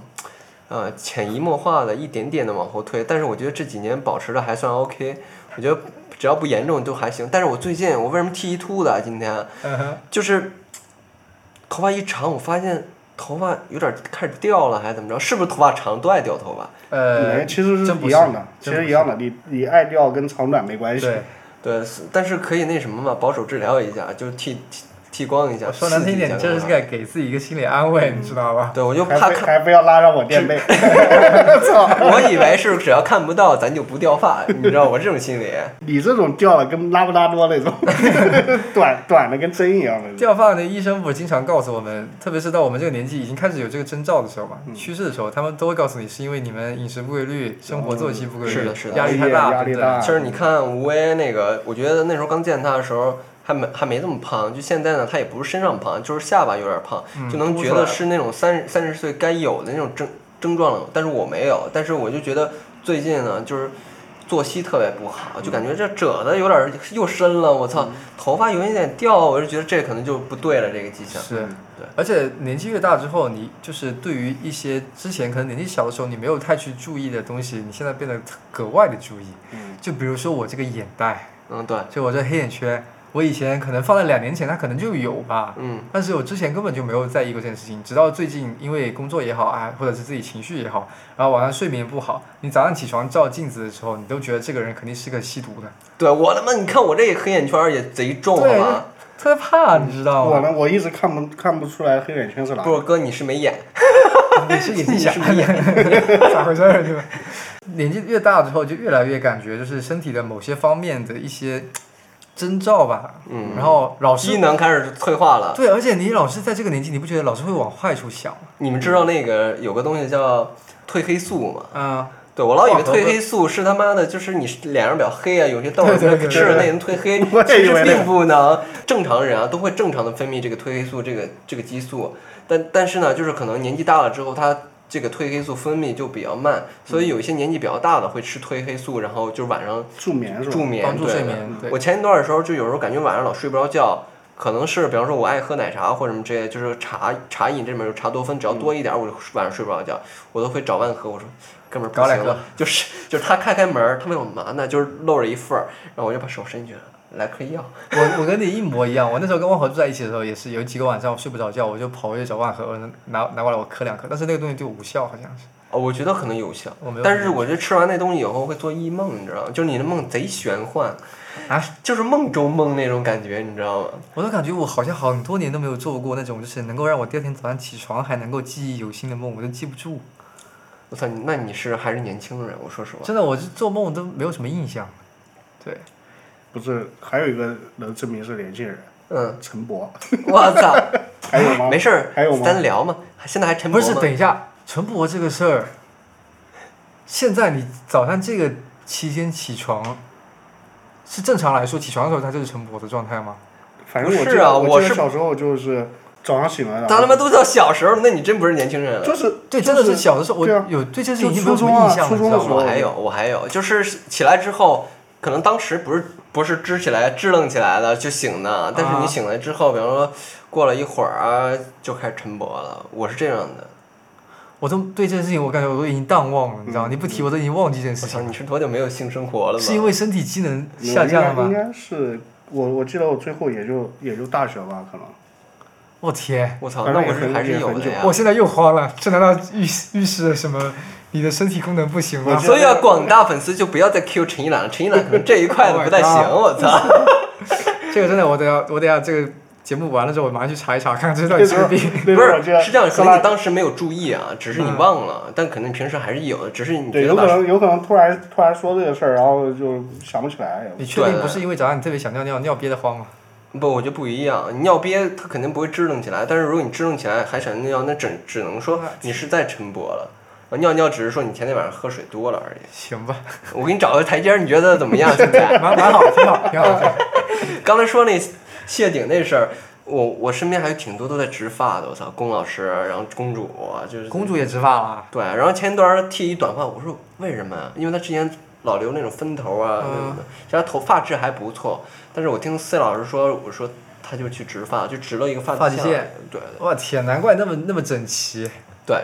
A: 呃，潜移默化的一点点的往后推，但是我觉得这几年保持的还算 OK，我觉得只要不严重都还行。但是我最近我为什么剃一秃子啊？今天
D: 嗯哼，
A: 就是头发一长，我发现头发有点开始掉了，还是怎么着？是不是头发长都爱掉头发？
B: 呃
C: 没，哎其实
B: 真
C: 是
B: 不
C: 一
B: 是
C: 样的，其
B: 真不
C: 实
B: 是
C: 一样的，你你爱掉跟长短没关系。
B: 对，
A: 对，但是可以那什么嘛，保守治疗一下，就剃剃剃光一下。
B: 说难听一点，
A: 刺
B: 你
A: 激一下
B: 这是
C: 啊
B: 在给自己一个心理安慰，你知道吧？
A: 对，我就
C: 还
A: 怕
C: 非
A: 看，
C: 还非要拉上我垫背，操！
A: 我以为是只要看不到咱就不掉发，你知道我这种心理。
C: 你这种掉了跟拉布拉多那种， [LAUGHS] 短短的跟针一样的。
B: 掉发的医生不是经常告诉我们，特别是到我们这个年纪已经开始有这个征兆的时候
C: 嗯
B: 嘛，趋势的时候，他们都会告诉你是因为你们饮食不规律、生活作息不规
C: 嗯
B: 律、
A: 是的是的
B: 压力太大
C: 哎压力
B: 等等
C: 大
A: 就是你看吴威那个，我觉得那时候刚见他的时候还没还没这么胖，就现在呢，他也不是身上胖，就是下巴有点胖，
B: 嗯
A: 就能觉得是那种三三十岁该有的那种症症状了。但是我没有，但是我就觉得最近呢，就是作息特别不好，就感觉这褶子有点儿又深了，我操，
B: 嗯
A: 头发有一点掉，我就觉得这可能就不对了，这个迹象。
B: 是
A: 对，
B: 而且年纪越大之后，你就是对于一些之前可能年纪小的时候你没有太去注意的东西，你现在变得格外的注意。
C: 嗯，
B: 就比如说我这个眼袋，
A: 嗯，对，
B: 就我这黑眼圈，我以前可能放在两年前它可能就有吧，
A: 嗯，
B: 但是我之前根本就没有在意过这件事情，直到最近因为工作也好啊，或者是自己情绪也好，然后晚上睡眠不好，你早上起床照镜子的时候，你都觉得这个人肯定是个吸毒的，
A: 对我他妈，你看我这黑眼圈儿也贼重，好
B: 对
A: 吧？
B: 特别怕，你知道
C: 我
B: 吗？
C: 呢，我一直看不看不出来黑眼圈是哪。
A: 哦不是哥，你是没眼，
B: [LAUGHS] 你是眼睛瞎
A: 你是没眼。
D: [LAUGHS] 咋回事儿？你们
B: 年纪越大之后，就越来越感觉就是身体的某些方面的一些征兆吧。
A: 嗯
B: 然后老
A: 机
B: 是
A: 能开始退化了。
B: 对，而且你老是在这个年纪，你不觉得老是会往坏处想吗？
A: 你们知道那个有个东西叫褪黑素吗？
B: 嗯，
A: 对我老以为
B: 哇我
A: 褪黑素是他妈的，就是你脸上比较黑啊，有些痘儿
D: 对对对对
A: 吃了那能褪黑，
C: 我也
A: 其
C: 以
A: 实
C: 为那
A: 并不能。正常人啊都会正常的分泌这个褪黑素这个这个激素，但但是呢，就是可能年纪大了之后，它这个褪黑素分泌就比较慢，所以有一些年纪比较大的会吃褪黑素，然后就晚上
C: 助眠是吧？
A: 助眠，
B: 帮助
A: 对
B: 睡
A: 的
B: 眠。对，
A: 我前一段的时候就有时候感觉晚上老睡不着觉，可能是比方说我爱喝奶茶或者什么之类的，就是茶茶饮这里面有茶多酚，只要多一点儿，我就晚上睡不着觉，我都会找万科，我说哥们儿不
B: 搞两
A: 行了，就是就是他开开门儿，他问我嘛呢，就是露着一份儿，然后我就把手伸进去了，来颗药，
B: 我我跟你一模一样，我那时候跟万和住在一起的时候，也是有几个晚上我睡不着觉，我就跑回去找万和，我说拿拿过来我嗑两颗，但是那个东西对我无效，好像是。
A: 哦，我觉得可能有效
B: 我没有，
A: 但是我觉得吃完那东西以后会做异梦，你知道吗？就是你的梦贼玄幻，
B: 啊，
A: 就是梦中梦那种感觉，你知道吗？
B: 我都感觉我好像很多年都没有做过那种就是能够让我第二天早上起床还能够记忆犹新的梦，我都记不住。
A: 我操，你那你是还是年轻人？我说实话，
B: 真的，我是做梦都没有什么印象。对，
C: 不是，还有一个能证明是年轻人，
B: [LAUGHS]
A: 嗯，
C: 陈博，
A: 我操。
C: 还有吗？
A: 没事儿，
C: 还有吗
A: 咱聊嘛。现在还陈
B: 不
A: 博
B: 是，
A: 吗
B: 等一下，陈博这个事儿，现在你早上这个期间起床，是正常来说起床的时候他就是陈博的状态吗？
C: 反正我
A: 不
C: 记
A: 是
C: 得、
A: 啊
C: 我
A: 我
C: 记
A: 是
C: 得小时候就是早上醒来的，
A: 咱他妈都到小时候，那你真不是年轻人了。
C: 就是
B: 对，
C: 就
B: 真的是小的时候，我
C: 对啊
B: 有对这事
C: 就
B: 情已经没有什
C: 初中
B: 么
C: 啊
B: 印象了，
C: 初
B: 你知
C: 中
B: 道吗？
C: 的时候
A: 我还有，我还有，就是起来之后，可能当时不是不是支起来支棱起来的就醒的，但是
B: 啊
A: 你醒来之后，比方说过了一会儿啊，就开始晨勃了。我是这样的，
B: 我都对这件事情，我感觉我都已经淡忘了，你知道吗？
C: 嗯
B: 你不提我都已经忘记这件事
A: 我操，
B: 情了，
A: 你是多久没有性生活了吗？
B: 是因为身体机能下降了
C: 应
B: 吗？
C: 该应该是我我记得我最后也就也就大学吧，可能。
A: [LAUGHS]
B: 我天，
A: 我操，
C: 反
A: 那
C: 正
A: 我
C: 也
A: 是
C: 很
A: 还是
C: 也
A: 有
C: 很
A: 的
C: 久
A: 呀
D: 我。现在又慌了，这难道预示预示着什么？你的身体功能不行
C: 我
D: 吗
C: 觉？
A: 所以啊，广大粉丝就不要再 Q 陈一兰，陈一兰可能这一块的不太
C: [LAUGHS]
A: 行，我操。
C: 嗯
B: 这个真的，我得要，我得要这个节目完了之后，我马上去查一查，看这到底是不是病。
C: [LAUGHS] 那
A: 不
C: 时候我
A: 是
C: 记得，
A: 是这样，可
C: 克
A: 能
C: 拉嗯
A: 你当时没有注意啊，只是你忘了，但可能你平时还是有的，只是你
C: 对，
A: 觉
C: 有
A: 得
C: 可
A: 把
C: 能有可能突然突然说这个事儿，然后就想不起来。
B: [LAUGHS] 你确定
A: 对
B: 不是因为早上你特别想尿尿，尿憋得
C: [LAUGHS]
B: 慌吗？
A: 不，我觉得不一样。你尿憋，它肯定不会支棱起来，但是如果你支棱起来还想尿，那只只能说你是在晨勃了。呃尿尿只是说你前天晚上喝水多了而已。
B: 行吧，
A: 我给你找个台阶儿，你觉得怎么样？现在？ [LAUGHS]
B: 蛮蛮好，挺好，挺好。
C: [LAUGHS]
A: 刚才说那谢顶那事儿，我我身边还有挺多都在植发的，我操，龚老师，啊然后公主，啊就是
B: 公主也植发了，啊
A: 对，然后前一段儿剃一短发，我说为什么呀？因为他之前老留那种分头啊
B: 嗯
A: 那种的，加上头发质还不错，但是我听 C 老师说，我说他就去植发，就植了一个发
B: 发际
A: 线，
B: 线
A: 对
B: 我天，难怪那么那么整齐。
A: 对。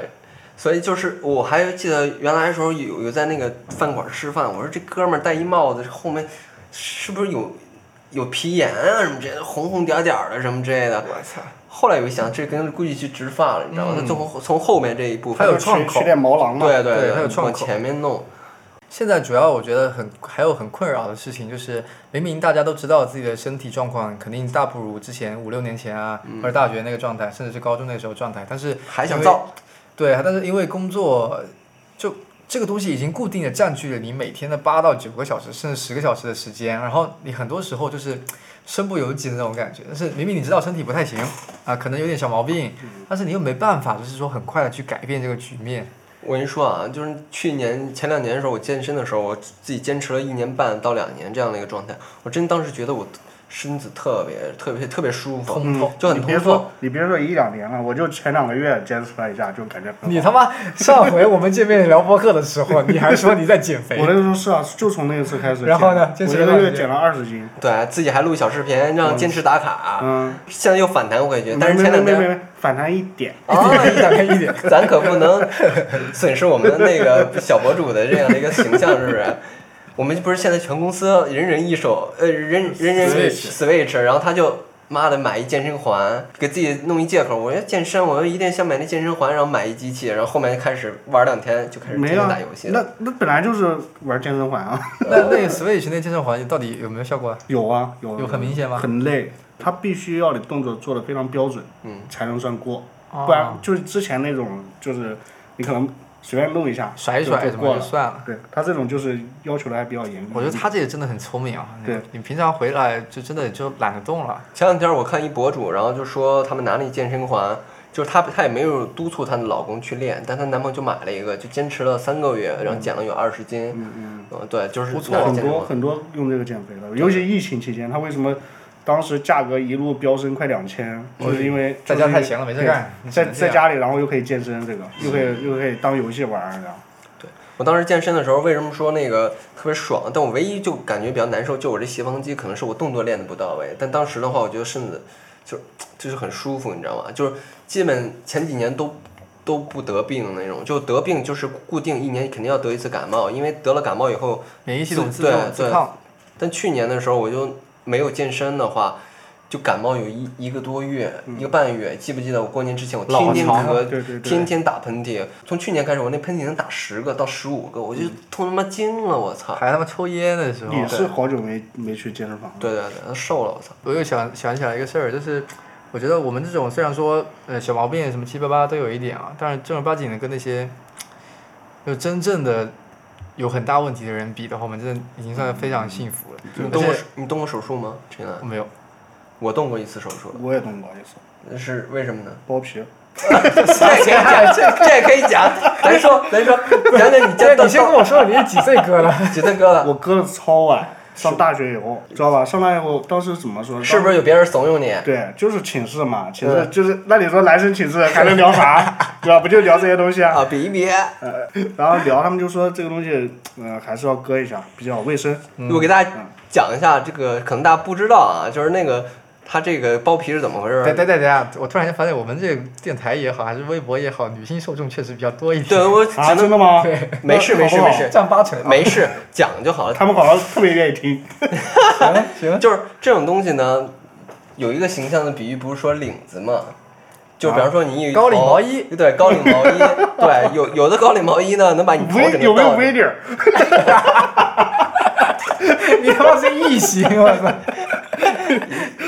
A: 所以就是，我还记得原来的时候有有在那个饭馆吃饭，我说这哥们儿戴一帽子，后面是不是有有皮炎啊什么之类的，红红点儿点儿的什么之类的。
B: 我操，
A: 后来我一想，这跟故意去植发了，你知道吗？
B: 嗯
A: 他从后从后面这一部
B: 还
A: 分
B: 有创口
C: 取。点毛囊嘛。
A: 对
B: 对
A: 对，
B: 还有创
A: 往
B: 口
A: 前面弄。
B: 现在主要我觉得很还有很困扰的事情就是，明明大家都知道自己的身体状况肯定大不如之前五六年前啊，或者大学那个状态，甚至是高中那个时候状态，但是
A: 还
B: 因
A: 想
B: 为
A: 造，
B: 对，啊但是因为工作，就这个东西已经固定的占据了你每天的八到九个小时，甚至十个小时的时间，然后你很多时候就是身不由己的那种感觉。但是明明你知道身体不太行啊、可能有点小毛病，但是你又没办法，就是说很快的去改变这个局面。
A: 我跟你说啊，就是去年前两年的时候，我健身的时候，我自己坚持了一年半到两年这样的一个状态，我真当时觉得我身子特别特别特别舒服，
B: 嗯通透
A: 就很
C: 你别
A: 通
C: 说
A: 透。，
C: 你别说一两年了，我就前两个月坚持了一下，就感觉很好。
B: [LAUGHS] 你他妈上回我们见面聊播客的时候，你还说你在减肥
C: 我，那个时候是啊，就从那一次开始减。
B: 然后呢
C: 我
B: 坚持
C: 一
B: 了
C: 个
B: 多
C: 月
B: 少天
C: 减了二十斤。
A: 对自己还录小视频，让坚持打卡。
C: 嗯，
A: 现在又反弹回去，
C: 没
A: 啊但是前两
C: 没没
A: 天
C: 没没反弹一点，
A: 啊，
B: 哦一打开一点。
A: [LAUGHS] 咱可不能损失我们那个小博主的这样的一个形象，是不是？我们不是现在全公司人人一手，呃，人人人
B: Switch
A: Switch，然后他就妈的买一健身环，给自己弄一借口，我要健身，我要一定想买那健身环，然后买一机器，然后后面就开始玩两天，就开始天
C: 没
A: 天
C: 啊
A: 打游戏了。
C: 那那本来就是玩健身环啊，
B: [LAUGHS] 那那个 Switch 那健身环到底有没有效果啊？
C: 有啊有啊
B: 有很明显吗？
C: 很累，他必须要你动作做的非常标准，
A: 嗯，
C: 才能算过，
B: 哦
C: 不然就是之前那种就是你可能随便弄一下
B: 甩一
C: 就
B: 甩
C: 就
B: 什
C: 过
B: 么就
C: 了。
B: 算了。
C: 对他这种就是要求的还比较严格。
B: 我觉得他这个真的很聪明啊！
C: 对，
B: 你平常回来就真的就懒得动了。
A: 前两天我看一博主，然后就说他们拿那健身环，就是她她也没有督促她的老公去练，但她男朋友就买了一个，就坚持了三个月，然后减了有二十斤。
C: 嗯嗯。
A: 嗯，对，就是
B: 不错
A: 拿着
C: 很
A: 健身
C: 多
A: 环。
C: 很多用这个减肥的，尤其疫情期间，它为什么当时价格一路飙升快两千，就是因为
B: 在嗯家太闲了，没
C: 哎就
B: 事
C: 是因为
B: 干，
C: 对
B: 你只
C: 在
B: 能
C: 在
B: 这样
C: 家里，然后又可以健身，这个又可以又可以当游戏玩儿，这样。
A: 我当时健身的时候，为什么说那个特别爽？但我唯一就感觉比较难受，就我这斜方肌可能是我动作练的不到位。但当时的话，我觉得身子就就是很舒服，你知道吗？就是基本前几年都都不得病那种，就得病就是固定一年肯定要得一次感冒，因为得了感冒以后，
B: 免疫系统
A: 自
B: 自
A: 对
B: 动自
A: 对
B: 抗，
A: 但去年的时候我就没有健身的话。就感冒有一一个多月，一个半月，记不记得我过年之前我天天
B: 老长
A: 咳，
C: 对对对
A: 天天打喷嚏。从去年开始，我那喷嚏能打十个到十五个，我就痛他妈惊了，我操！
B: 还他妈抽烟的时候。
C: 你是好久没没去健身房了？
A: 对对对，他瘦了，我操！
B: 我又想想起来一个事儿，就是我觉得我们这种虽然说呃小毛病什么七八八都有一点啊，但是正儿八经的跟那些就真正的有很大问题的人比的话，我们真的已经算非常幸福了。
A: 你
B: 而
A: 动过
B: 且
A: 手你动过手术吗？陈楠，
B: 我没有，
A: 我动过一次手术，
C: 我也动过一次，
A: 那是为什么呢？
C: 包皮。
A: 这也可以讲，这这也可以讲。咱说，咱说，讲讲你这 [LAUGHS]
D: 对，你先跟我说你是几岁哥了？
A: 几岁哥了？
C: 我割的超晚，上大学以后，知道吧？上大学以后，当时怎么说？
A: 是不是有别人怂恿你？
C: 对，就是寝室嘛，寝室就是那你说男生寝室还能聊啥？对吧？不就聊这些东西啊？
A: 啊，比一比，
C: 呃，然后聊，他们就说这个东西，呃，还是要割一下，比较卫生。
A: 我给大家讲一下这个，可能大家不知道啊，就是那个他这个包皮是怎么回事
B: [LAUGHS] 等
A: 儿？
B: 等等等，我突然间发现我们这个电台也好，还是微博也好，女性受众确实比较多一点。
A: 对，我
C: 啊，真的吗？
A: 没事没事没
C: [LAUGHS]
A: 事
B: 占八成。啊
A: 没事，讲就好了。
C: 他们好像特别愿意
B: [LAUGHS]
C: 听。
B: 行了行了，
A: 就是这种东西呢，有一个形象的比喻，不是说领子嘛？就
C: 啊
A: 比方说你有一
B: 高领
A: 头
B: 毛衣，
A: 对高领毛
C: [LAUGHS]
A: 衣，对有有的高领毛衣呢，能把你头
C: 微
A: 整
C: 有
A: 个
C: 没有
A: 罩
C: V
A: 着。
C: 点儿？
B: 你他妈是异形，我操！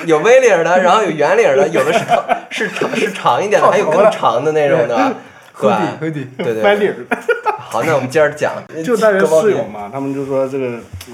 A: 有 V 领儿的，然后有圆领儿的，有的是长是长是长一点的，还有更长的那种的。
E: 喝底
A: 对
E: 喝底，
A: 对对
C: 掰
A: 对，
C: 脸子，
A: 好，那我们接着讲，
C: 就大学
A: 割包
C: 室
A: 皮
C: 友嘛，他们就说这个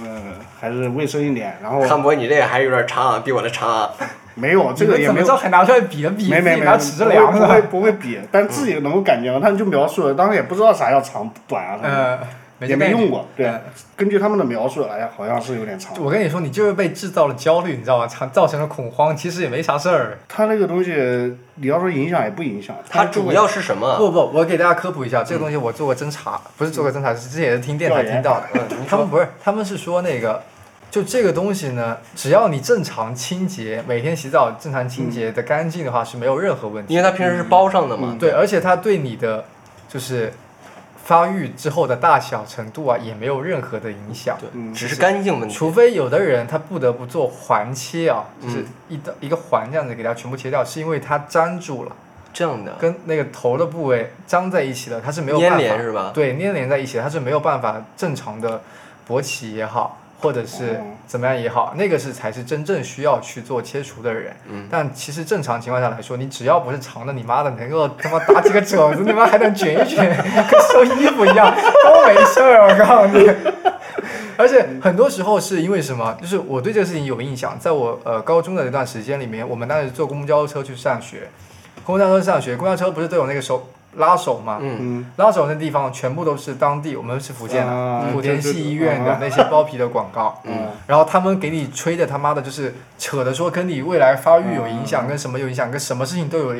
C: 呃还是卫生一点，然后
A: 汉博，你这个还有点长啊，比我的长啊。
C: 没有这个
B: 你
C: 也
B: 们
C: 没
B: 怎么
C: 有
B: 知道还拿出来比了比，
C: 没没
B: 自己
C: 没，
B: 拿尺子量
C: 不会不会
B: 的？
C: 不会比，但自己能够感觉到，他们就描述了，当时也不知道啥叫长短啊，什么的
B: 呃，
C: 也没
B: 概念
C: 用过，对
B: 嗯，
C: 根据他们的描述，哎呀，好像是有点长。
B: 我跟你说，你就是被制造了焦虑，你知道吗？造造成了恐慌，其实也没啥事儿。
C: 他那个东西，你要说影响也不影响，
A: 它
C: 它就
A: 主
C: 会
A: 要是什
C: 嗯
A: 么？啊
B: 不不，我给大家科普一下，这个东西我做过侦查，不是做过侦查，是之前也是听电台
C: 嗯调研
B: 听到的。
A: 嗯，你
B: [LAUGHS] 他
A: 说
B: 们不是，他们是说那个，就这个东西呢，只要你正常清洁，每天洗澡正常清洁的干净的话，是没有任何问题
A: 因为
B: 的。
A: 它平时是包上的嘛。
C: 嗯
B: 对，而且它对你的就是发育之后的大小程度啊，也没有任何的影响。
C: 嗯
A: 只是干净问题。
B: 除非有的人他不得不做环切啊，就是
A: 嗯
B: 一道一个环这样子给它全部切掉，是因为它粘住了，
A: 这样的，
B: 跟那个头的部位粘在一起了，它是没有办
A: 粘
B: 法
A: 连是吧？
B: 对，粘连在一起，它是没有办法正常的勃起也好，或者是
C: 哦
B: 怎么样也好，那个是才是真正需要去做切除的人。
A: 嗯
B: 但其实正常情况下来说，你只要不是长的，你妈的能够他妈打几个褶子，你妈还能卷一卷，跟收衣服一样，都没事儿。我告诉你。 [LAUGHS] 而且很多时候是因为什么？就是我对这个事情有印象，在我呃高中的那段时间里面，我们当时坐公交车去上学，公交车上学，公交车不是都有那个手拉手吗？
A: 嗯，
C: 嗯，
B: 拉手那地方全部都是当地，我们是福建的、
C: 啊
B: 莆田
C: 对对
B: 系
C: 对
B: 医院的
C: 啊
B: 那些包皮的广告，
A: 嗯
B: 然后他们给你吹的他妈的就是扯的说跟你未来发育有影响，跟什么有影响，跟什么事情都有，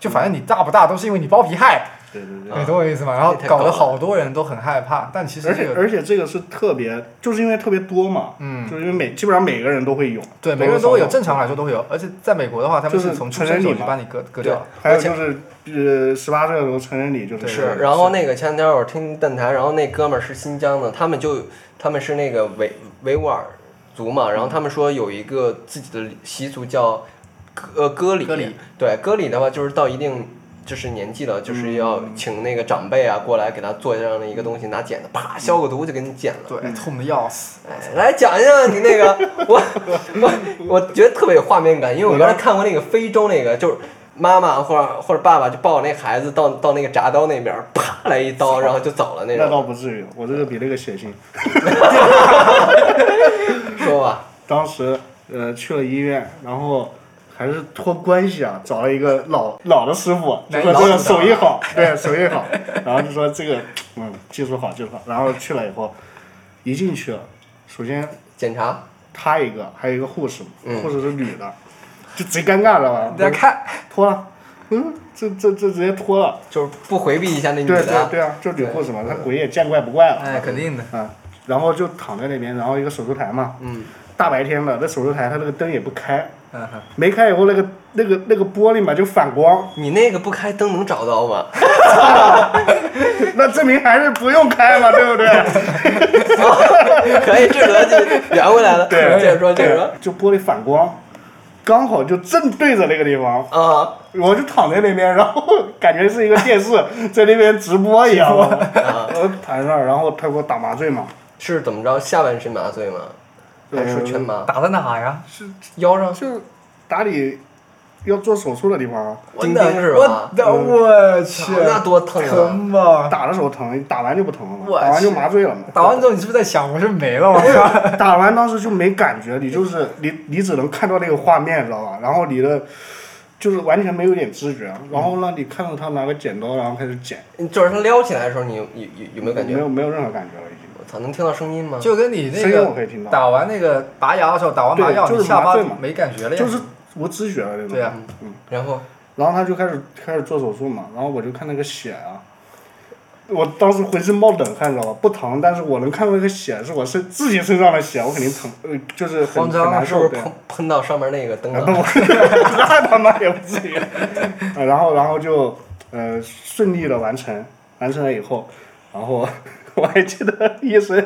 B: 就反正你大不大都是因为你包皮害，
C: 对对对。
A: 啊
B: 你懂我意思吗？然后
A: 这太
B: 搞
A: 高
B: 得
A: 了
B: 好多人都很害怕，但其实
C: 而
B: 这
C: 且
B: 个
C: 而且这个是特别，就是因为特别多嘛，
B: 嗯，
C: 就是因为每基本上每个人都会有，
B: 对，
C: 多多
B: 每个人都会有，
C: 少少
B: 正常来说都会有，而且在美国的话，他们
C: 就是
B: 是从出
C: 成人
B: 生手
C: 礼
B: 就
C: 嘛
B: 把你割割掉了，
C: 还有就是呃十八岁的时候成人礼就是
B: 对
A: 是
B: 对。
A: 然后那个前两天我听电台，然后那哥们儿是新疆的，他们就他们是那个维维吾尔族嘛，然后他们说有一个自己的习俗叫割呃割礼，
B: 割礼
A: 对割礼的话就是到一定。就是年纪了，就是要请那个长辈啊过来给他做这样的一个东西，拿剪子啪消个毒就给你剪了。
B: 对，啊嗯痛的要死。
A: 哎来讲一讲你
C: [LAUGHS]
A: 那个，我我我觉得特别有画面感，因为
C: 嗯
A: 我原来看过那个非洲那个，就是妈妈或者或者爸爸就抱着那孩子到到那个铡刀那边儿，啪来一刀，然后就走了那
C: 那
A: 种，
C: 倒不至于，我这个比那个血腥。
A: 说吧，
C: 当时呃去了医院，然后还是托关系啊，找了一个老老的师傅，就说
B: 啊
C: 这个手艺好，对手艺好，然后就说这个嗯技术好技术好，然后去了以后，一进去，首先
A: 检查，
C: 他一个，还有一个护士嘛，
A: 嗯
C: 护士是女的，就贼尴尬知道吧？
B: 大家看，
C: 脱了，嗯，这这这直接脱了，
A: 就是不回避一下那
C: 对
A: 女的
C: 对
A: 啊，
C: 对啊，就女护士嘛，她鬼也见怪不怪了，
B: 哎，肯定的，
C: 啊，然后就躺在那边，然后一个手术台嘛，
A: 嗯，
C: 大白天的，那手术台它那个灯也不开，
B: 嗯哼，
C: 没开以后那个那个那个玻璃嘛就反光， [LAUGHS]
A: 你那个不开灯能找到吗？ [LAUGHS]
C: 那证明还是不用开嘛，对不对？
A: 可以，这逻辑圆回来了， [LAUGHS]
C: 对
A: 接着说，接着说，
C: 就玻璃反光，刚好就正对着那个地方，
A: 啊
C: 我就躺在那边，然后感觉是一个电视在那边直播一样，
A: 啊，
C: 我躺在那儿，然后他给我打麻醉嘛，
A: 是怎么着？下半身麻醉吗？还是全麻？
B: 打在哪呀？
C: 是
B: 腰上。
C: 就打理要做手术的地方，
A: 钉钉是吧嗯
B: 我？的我去，
A: 那多疼啊！
B: 疼吧！
C: 打的时候疼，打完就不疼了嘛，
B: 我
C: 打完就
B: 去
C: 麻醉了嘛，
B: 打完之后，你是不是在想我是没了？我靠！
C: 打完当时就没感觉，你就是你你只能看到那个画面，知道吧？然后你的就是完全没有点知觉，然后呢，你看到他拿个剪刀，然后开始剪，
A: 就是他撩起来的时候，你有有有有没有感觉
C: 没？有没有任何感觉了已经。
A: 我操，能听到声音吗？
B: 就跟你那
C: 嗯声音我
B: 个
C: 可以听到，
B: 打完那个拔牙的时候，打完麻药，
C: 对就是
B: 你下巴
C: 麻醉嘛
B: 没感觉了呀。
C: 就是无知觉了那种。
B: 对啊
C: 嗯，
A: 然后
C: 然后他就开始开始做手术嘛，然后我就看那个血啊。我当时浑身冒冷汗，知道吧？不疼，但是我能看到那个血是我身自己身上的血，我肯定疼，呃，就是很
B: 慌
C: 很
B: 张啊
C: 难
A: 是不
C: 受。
A: 是
C: 对。啊
A: 喷喷到上面那个灯
C: 然后
A: 了？
C: 我 [LAUGHS] 那他妈也不至于。呃然后然后就呃顺利的完成，完成了以后，然后 [LAUGHS] 我还记得医生，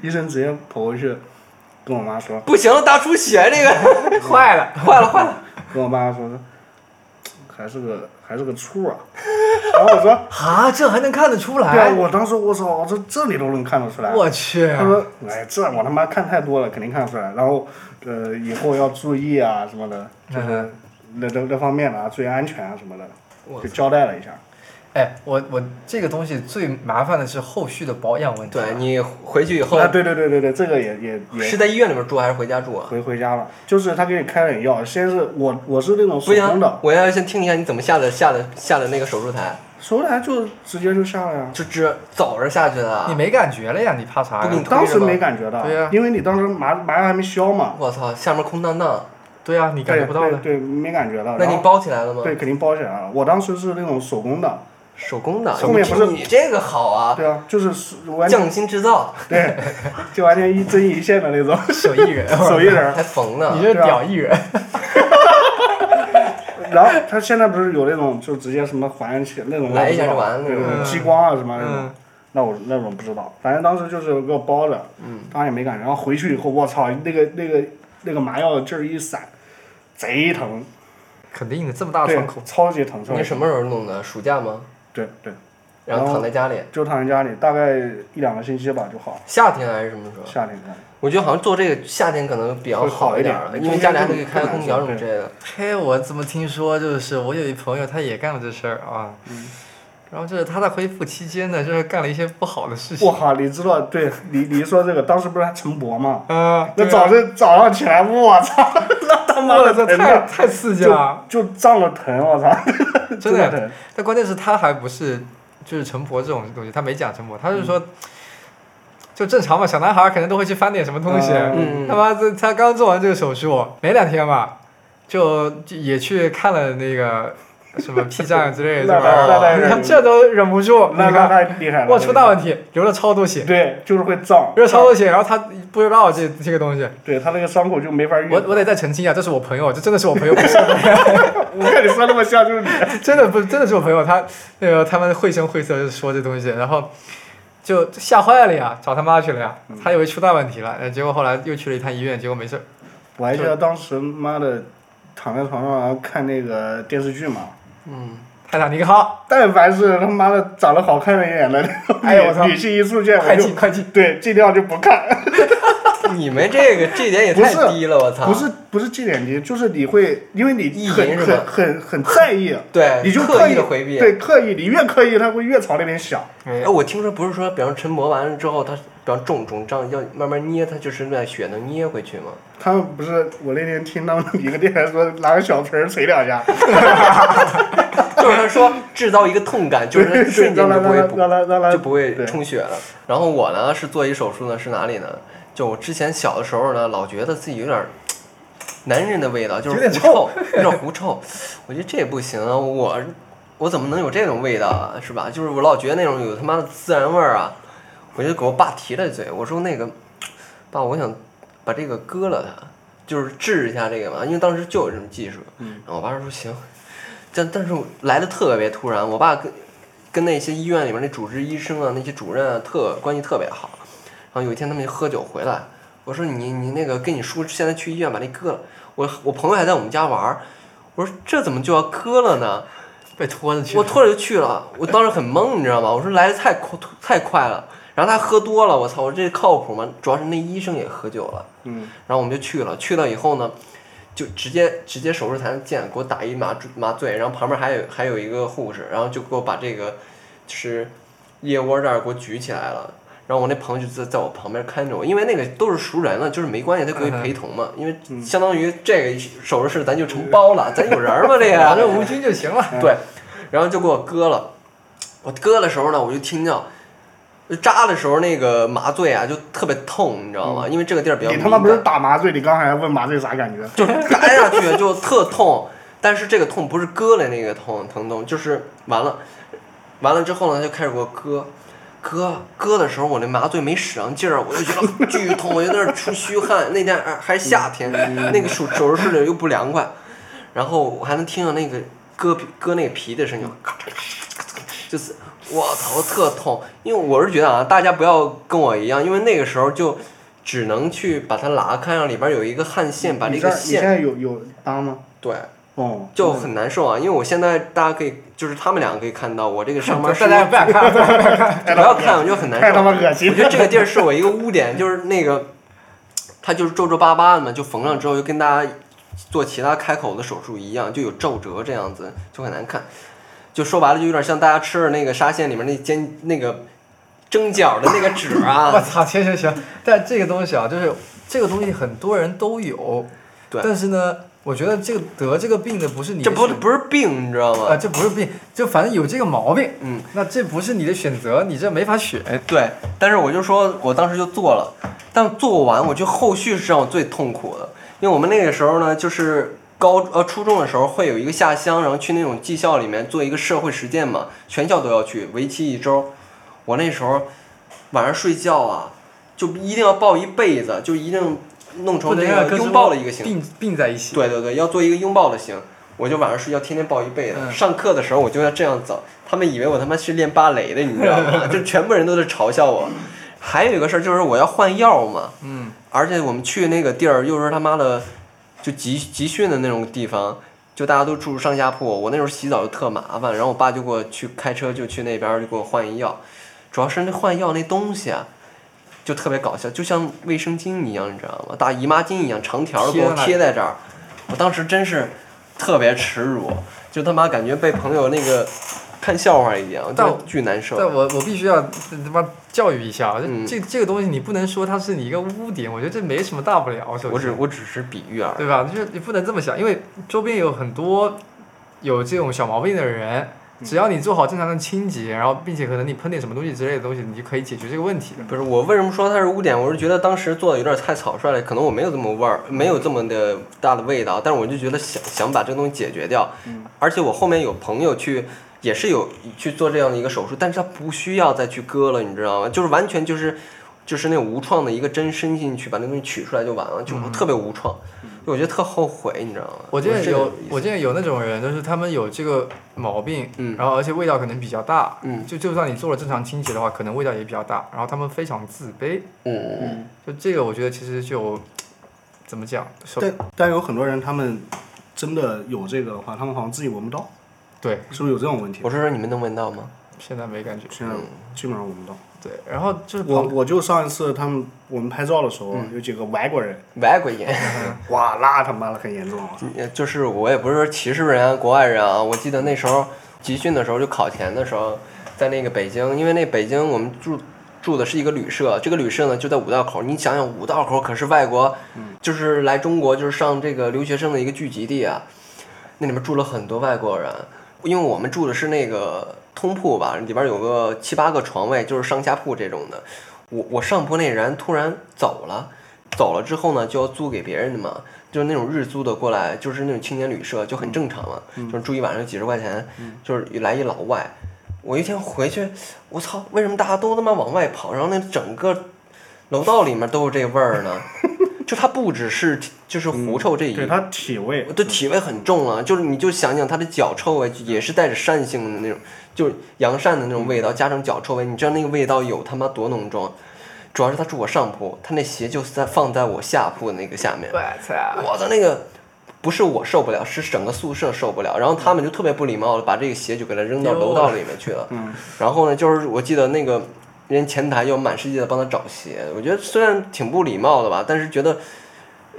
C: 医生直接跑过去跟我妈说，
A: 不行了，大出血，
C: [LAUGHS]
A: 这个
B: 坏了，
A: 坏了坏了。
C: 跟我妈说，还是个还是个处啊。然后我说，
B: 哈，啊这还能看得出
C: 对啊，
B: 来？啊
C: 我当时我操，这这里都能看得出来。
B: 我去，
C: 他说：“哎，这我他妈看太多了，肯定看得出来。然后，呃，以后要注意啊什么的，就是
B: 嗯
C: 那那那方面的啊，注意安全啊什么的，
A: 我
C: 就交代了一下。
B: 哎，我我这个东西最麻烦的是后续的保养
C: 嗯
B: 问题啊。
A: 对你回去以后
C: 啊，对对对对对，这个也也也
A: 是在医院里面住还是回家住啊？
C: 回回家了，就是他给你开点药，先是我我是那种手
A: 不
C: 工
A: 行
C: 的，，
A: 我要先听一下你怎么下的下的下的那个手术台，
C: 手来就直接就下了啊呀。
A: 就只走着下去的啊
B: 你。没感觉了呀？你怕啥
A: 不给
B: 呀
A: 你？
C: 当时
A: 推着吗
C: 没感觉的，
B: 对呀
C: 因为你当时麻麻药还没消嘛，
A: 我操，下面空荡荡，
B: 对啊呀、你感觉不到
C: 对
B: 的。
C: 对，对没感觉的。
A: 那你
C: 然后
A: 包起来了吗？
C: 对肯定包起来了。我当时是那种手工的，
A: 手工的，
C: 后面不是
A: 你这个好啊，
C: 对啊，就是完全啊
A: 匠心制造，
C: 对，就完全一针一线的
A: [LAUGHS]
C: 那种
B: 手艺
C: [LAUGHS]
B: 人，
C: 手艺人。
A: 还缝呢
B: 你。这是
C: 对啊
B: 屌艺人。
C: 然后他现在不是有那种就直接什么还起那种
A: 来一下就完了
C: 对
A: 那
B: 种
C: 激光啊什么那种。
B: 嗯，
C: 那我那种不知道，反正当时就是给我包着，
A: 嗯，
C: 当然也没感觉。然后回去以后，我操，那个那个那个麻药劲儿一闪，贼疼，
B: 肯定的，这么大的
C: 对
B: 伤口，，
C: 超级疼，超
A: 你
C: 级
A: 什么时候弄的？暑假吗？
C: 对对，
A: 然后
C: 嗯然后
A: 躺在家里，
C: 就躺在家里，大概一两个星期吧就好了，
A: 夏天还是什么时候？
C: 夏天干。
A: 我觉得好像做这个夏天可能比较
C: 会好
A: 好
C: 一
A: 点
C: 点
A: 儿，
C: 中
A: 因为
C: 间
A: 家里还
C: 就
A: 可以
C: 不
A: 开
C: 难
A: 空
C: 受
A: 调什么
C: 对
A: 之类的。
B: 嘿，我怎么听说就是我有一朋友他也干过这事儿啊，
C: 嗯
B: 然后就是他在恢复期间呢，就是干了一些不好的事情
C: 我。靠，你知道，对你你一说这个，当时不是还晨勃吗？
B: 嗯，
C: 那
B: 对啊
C: 早上早上起来，
B: [LAUGHS]
C: 我操，那他妈
B: 我
C: 的
B: 这
C: 疼
B: 太
C: 的，
B: 太刺激了，
C: 就胀了疼，我操，
B: 真
C: 的
B: 的
C: 疼。
B: 但关键是他还不是就是陈婆这种东西，他没讲陈婆，他是
C: 嗯
B: 说、就正常嘛，小男孩儿肯定都会去翻点什么东西。
A: 嗯
B: 他，妈这他刚做完这个手术没两天嘛，就就也去看了那个什么 P 站之类的
C: 那
B: 这玩意
A: 当
B: 儿。
C: [LAUGHS] 那那
A: 然
B: 他
C: 那
B: [LAUGHS] 这都忍不住，[LAUGHS]
C: 那
B: 你看，
C: 那太厉害了！
B: 哇，出大问题，流了超多血，
C: 对，就是会胀，
B: 流了超多血，然后他不知道这这个东西，
C: 对他那个伤口就没法愈合。
B: 我我得再澄清一下，这是我朋友，这真的是我朋友，不是
C: [LAUGHS] 我看你说那么
B: [LAUGHS]
C: 像就是你，
B: 真的不是，真的是我朋友，他那个他们绘声绘色就说这东西，然后就吓坏了呀，找他妈去了呀，
A: 嗯
B: 他以为出大问题了，呃结果后来又去了一趟医院，结果没事儿。
C: 我还记得当时妈的躺在床上然后看那个电视剧嘛，
A: 嗯，
B: 泰坦尼克号，
C: 但凡是他妈的长得好看的一点的那种
B: [LAUGHS]
C: 女、
B: 哎呦我操
C: 女性一出现，我
B: 快
C: 就
B: 进快进，
C: 对尽量就不看，
A: 你们这个这点也
C: 不
A: 太
C: 是
A: 低了，我操！
C: 不是不是这点低，就是你会因为
A: 意
C: 你
A: 淫
C: 很
A: 是吧
C: 很很很在意，
A: 对，
C: 你就
A: 刻
C: 刻
A: 意
C: 意
A: 的回避。
C: 对刻意，你越刻意，他会越朝那边想。
A: [LAUGHS] 哎，我听说不是说，比方陈勃完了之后，他比方重肿胀要慢慢捏，他就是那血能捏回
C: [LAUGHS]
A: 去吗？
C: 他们不是我那天听他们一个电台说拿个小锤儿捶两下，
A: 就是他说制造一个痛感，就是
C: 对
A: 他瞬间
C: 让他
A: 就不会
C: 让
A: 补
C: 他让他
A: 就不会
C: 对
A: 充血了。然后我呢是做一手术呢，是哪里呢？就我之前小的时候呢，老觉得自己有点儿男人的味道，就是
B: 有点
A: 狐臭，有点狐臭。我觉得这也不行啊，我我怎么能有这种味道啊？是吧？就是我老觉得那种有他妈的孜然味儿啊，我就给我爸提了一嘴，我说那个爸，我想把这个割了它，就是治一下这个嘛，因为当时就有这种技术。
C: 嗯
A: 然后我爸说行，但但是我来的特别突然，我爸跟跟那些医院里面那主治医生啊、那些主任啊，特关系特别好。然后有一天他们就喝酒回来，我说你你那个跟你叔现在去医院把那割了，我我朋友还在我们家玩儿，我说这怎么就要割了呢？
B: 被拖着去。
A: 我拖着就去了，我当时很懵，你知道吗？我说来的太快太快了，然后他喝多了，我操，我这靠谱吗？主要是那医生也喝酒了，
C: 嗯，
A: 然后我们就去了，去了以后呢，就直接直接手术台上见，给我打一麻醉麻醉，然后旁边还有还有一个护士，然后就给我把这个就是腋窝这儿给我举起来了。然后我那朋友就在在我旁边看着我，因为那个都是熟人了，就是没关系，他可以
B: 嗯哼
A: 陪同嘛。因为
C: 嗯
A: 相当于这个手术室咱就承包了，咱有人儿嘛，
C: [LAUGHS]
A: 这个。
B: 打着无菌就行了，
A: 对，然后就给我割了。我割的时候呢，我就听到就扎的时候那个麻醉啊，就特别痛，你知道吗？因为这个地儿比较
C: 嗯你
A: 敏
C: 他妈不是
A: 感，
C: 打麻醉？你刚才还问麻醉啥感觉？
A: 就是扎下去就特痛，但是这个痛不是割的那个痛疼痛，就是完了，完了之后呢，就开始给我割。割割的时候，我那麻醉没使上劲儿，我就觉得巨痛，我就在那儿出虚汗。 [LAUGHS] 那天还还夏天，
C: 嗯
A: 那个手手术室里又不凉快，然后我还能听到那个割皮割那个皮的声音， [LAUGHS] 咔嚓咔嚓咔嚓就是我操，特痛。因为我是觉得啊，大家不要跟我一样，因为那个时候就只能去把它拉开，让里边有一个汗腺把
C: 你
A: 这
C: 这
A: 个
C: 儿你现
A: 线
C: 在有有当吗？
A: 对，
C: 哦，
A: 就
B: 嗯
A: 很难受啊。因为我现在大家可以就是他们俩可以看到我这个
B: [LAUGHS]
A: 上班
B: 大家也不想
A: [LAUGHS]
B: 看。
A: 不要看我就很难
C: 太
A: 受
C: 他。妈恶心
A: 我觉得这个地儿是我一个污点， [LAUGHS] 就是那个，它就是皱皱巴巴的嘛，就缝上之后就跟大家做其他开口的手术一样，就有皱褶这样子，就很难看。就说白了就有点像大家吃的那个沙县里面那煎那个蒸饺的那个纸
B: [LAUGHS] 我
A: 啊，
B: 操，行行行，但这个东西啊，就是这个东西很多人都有，
A: 对
B: 但是呢，我觉得这个得这个病的不是你的
A: 这
B: 选，
A: 不不是病，你知道
B: 啊、
A: 吗？
B: 这不是病，就反正有这个毛病，
A: 嗯，
B: 那这不是你的选择，你这没法选。
A: 哎，对，但是我就说，我当时就做了，但做完我就后续是让我最痛苦的，因为我们那个时候呢，就是高呃初中的时候会有一个下乡，然后去那种技校里面做一个社会实践嘛，全校都要去，为期一周。我那时候晚上睡觉啊，就一定要抱一被子，就一定弄
B: 不
A: 成
B: 能
A: 那
B: 让
A: 个
B: 胳肢
A: 拥抱
B: 窝
A: 的一个形
B: 并并在一起。
A: 对对对，要做一个拥抱的型。我就晚上睡觉天天抱一被子，
B: 嗯
A: 上课的时候我就要这样走，他们以为我他妈是练芭蕾的，你知道吗？就全部人都在嘲笑我。还有一个事儿就是我要换药嘛，
B: 嗯，
A: 而且我们去那个地儿又是他妈的就集集训的那种地方，就大家都住上下铺，我那时候洗澡就特麻烦，然后我爸就给我去开车就去那边儿就给我换一药，主要是那换药那东西啊，就特别搞笑，就像卫生巾一样，你知道吗？大姨妈巾一样，长条儿给我
B: 贴在那
A: 贴在这儿，我当时真是特别耻辱，就他妈感觉被朋友那个看笑话一样，
B: 但
A: 就巨难受。
B: 但我我必须要他妈教育一下啊，
A: 嗯
B: 这这这个东西你不能说它是你一个污点，我觉得这没什么大不了，是
A: 我
B: 不
A: 只
B: 是？
A: 我只是比喻而已。
B: 对吧？就是你不能这么想，因为周边有很多有这种小毛病的人，
A: 嗯
B: 只要你做好正常的清洁，然后并且可能你喷点什么东西之类的东西，你就可以解决这个问题了。
A: 不是我为什么说它是污点？我是觉得当时做的有点太草率了，可能我没有这么味儿，没有这么的大的味道，但是我就觉得想想把这个东西解决掉。
C: 嗯
A: 而且我后面有朋友去，也是有去做这样的一个手术，但是他不需要再去割了，你知道吗？就是完全就是就是那种无创的一个针伸进去，把那东西取出来就完了，就特别无创，就我觉得特后悔，你知道吗？
B: 我见
A: 是这
B: 有
A: 个意，思
B: 我见有那种人，就是他们有这个毛病，
A: 嗯
B: 然后而且味道可能比较大，
A: 嗯
B: 就就算你做了正常清洁的话，可能味道也比较大，然后他们非常自卑，
A: 嗯嗯
C: 嗯，
B: 就这个我觉得其实就怎么讲，说
C: 但但有很多人他们真的有这个的话，他们好像自己闻不到，
B: 对，
C: 是不是有这种问题
A: 我？是说你们能闻到吗？
B: 现在没感觉，
C: 现在
A: 嗯
C: 基本上闻不到。
B: 对，然后就是
C: 我
B: 旁
C: 我就上一次他们我们拍照的时候，
A: 嗯
C: 有几个外国人，
A: 外国人。
C: 哇，那他妈的很严重啊！
A: 嗯也就是我也不是说歧视人家国外人啊，我记得那时候集训的时候就考前的时候，在那个北京，因为那北京我们住住的是一个旅社，这个旅社呢就在五道口，你想想五道口可是外国，就是来中国就是上这个留学生的一个聚集地啊，那里面住了很多外国人，因为我们住的是那个通铺吧，里边有个七八个床位，就是上下铺这种的。我我上铺那人突然走了，走了之后呢，就要租给别人的嘛，就是那种日租的过来，就是那种青年旅社，就很正常嘛，就是住一晚上几十块钱，就是来一老外。我一天回去，我操，为什么大家都他妈往外跑？然后那整个楼道里面都是这味儿呢？ [LAUGHS] 就它不只是就是狐臭这一
C: 对他体味，
A: 对体味很重了、就是你就想想它的脚臭味，也是带着扇性的那种，就是洋扇的那种味道，加上脚臭味，你知道那个味道有他妈多浓重？主要是他住我上铺，他那鞋就在放在我下铺那个下面，
B: 我操，
A: 我的那个不是我受不了，是整个宿舍受不了。然后他们就特别不礼貌的把这个鞋就给他扔到楼道里面去了。
C: 嗯，
A: 然后呢，就是我记得那个人前台要满世界的帮他找鞋，我觉得虽然挺不礼貌的吧，但是觉得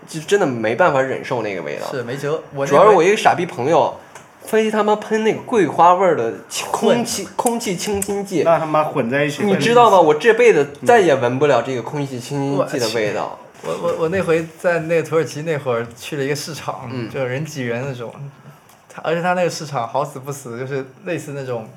A: 就真的没办法忍受那个味道。
B: 是没辙，我那
A: 主要是
B: 回
A: 我一个傻逼朋友，非他妈喷那个桂花味儿的清空气空气清新剂，
C: 那他妈混在一起，
A: 你知道吗？我这辈子再也闻不了这个空气清新剂的味道。
B: 嗯我我我那回在那个土耳其那会儿去了一个市场，
A: 嗯
B: 就人挤人那种，他而且他那个市场好死不死就是类似那种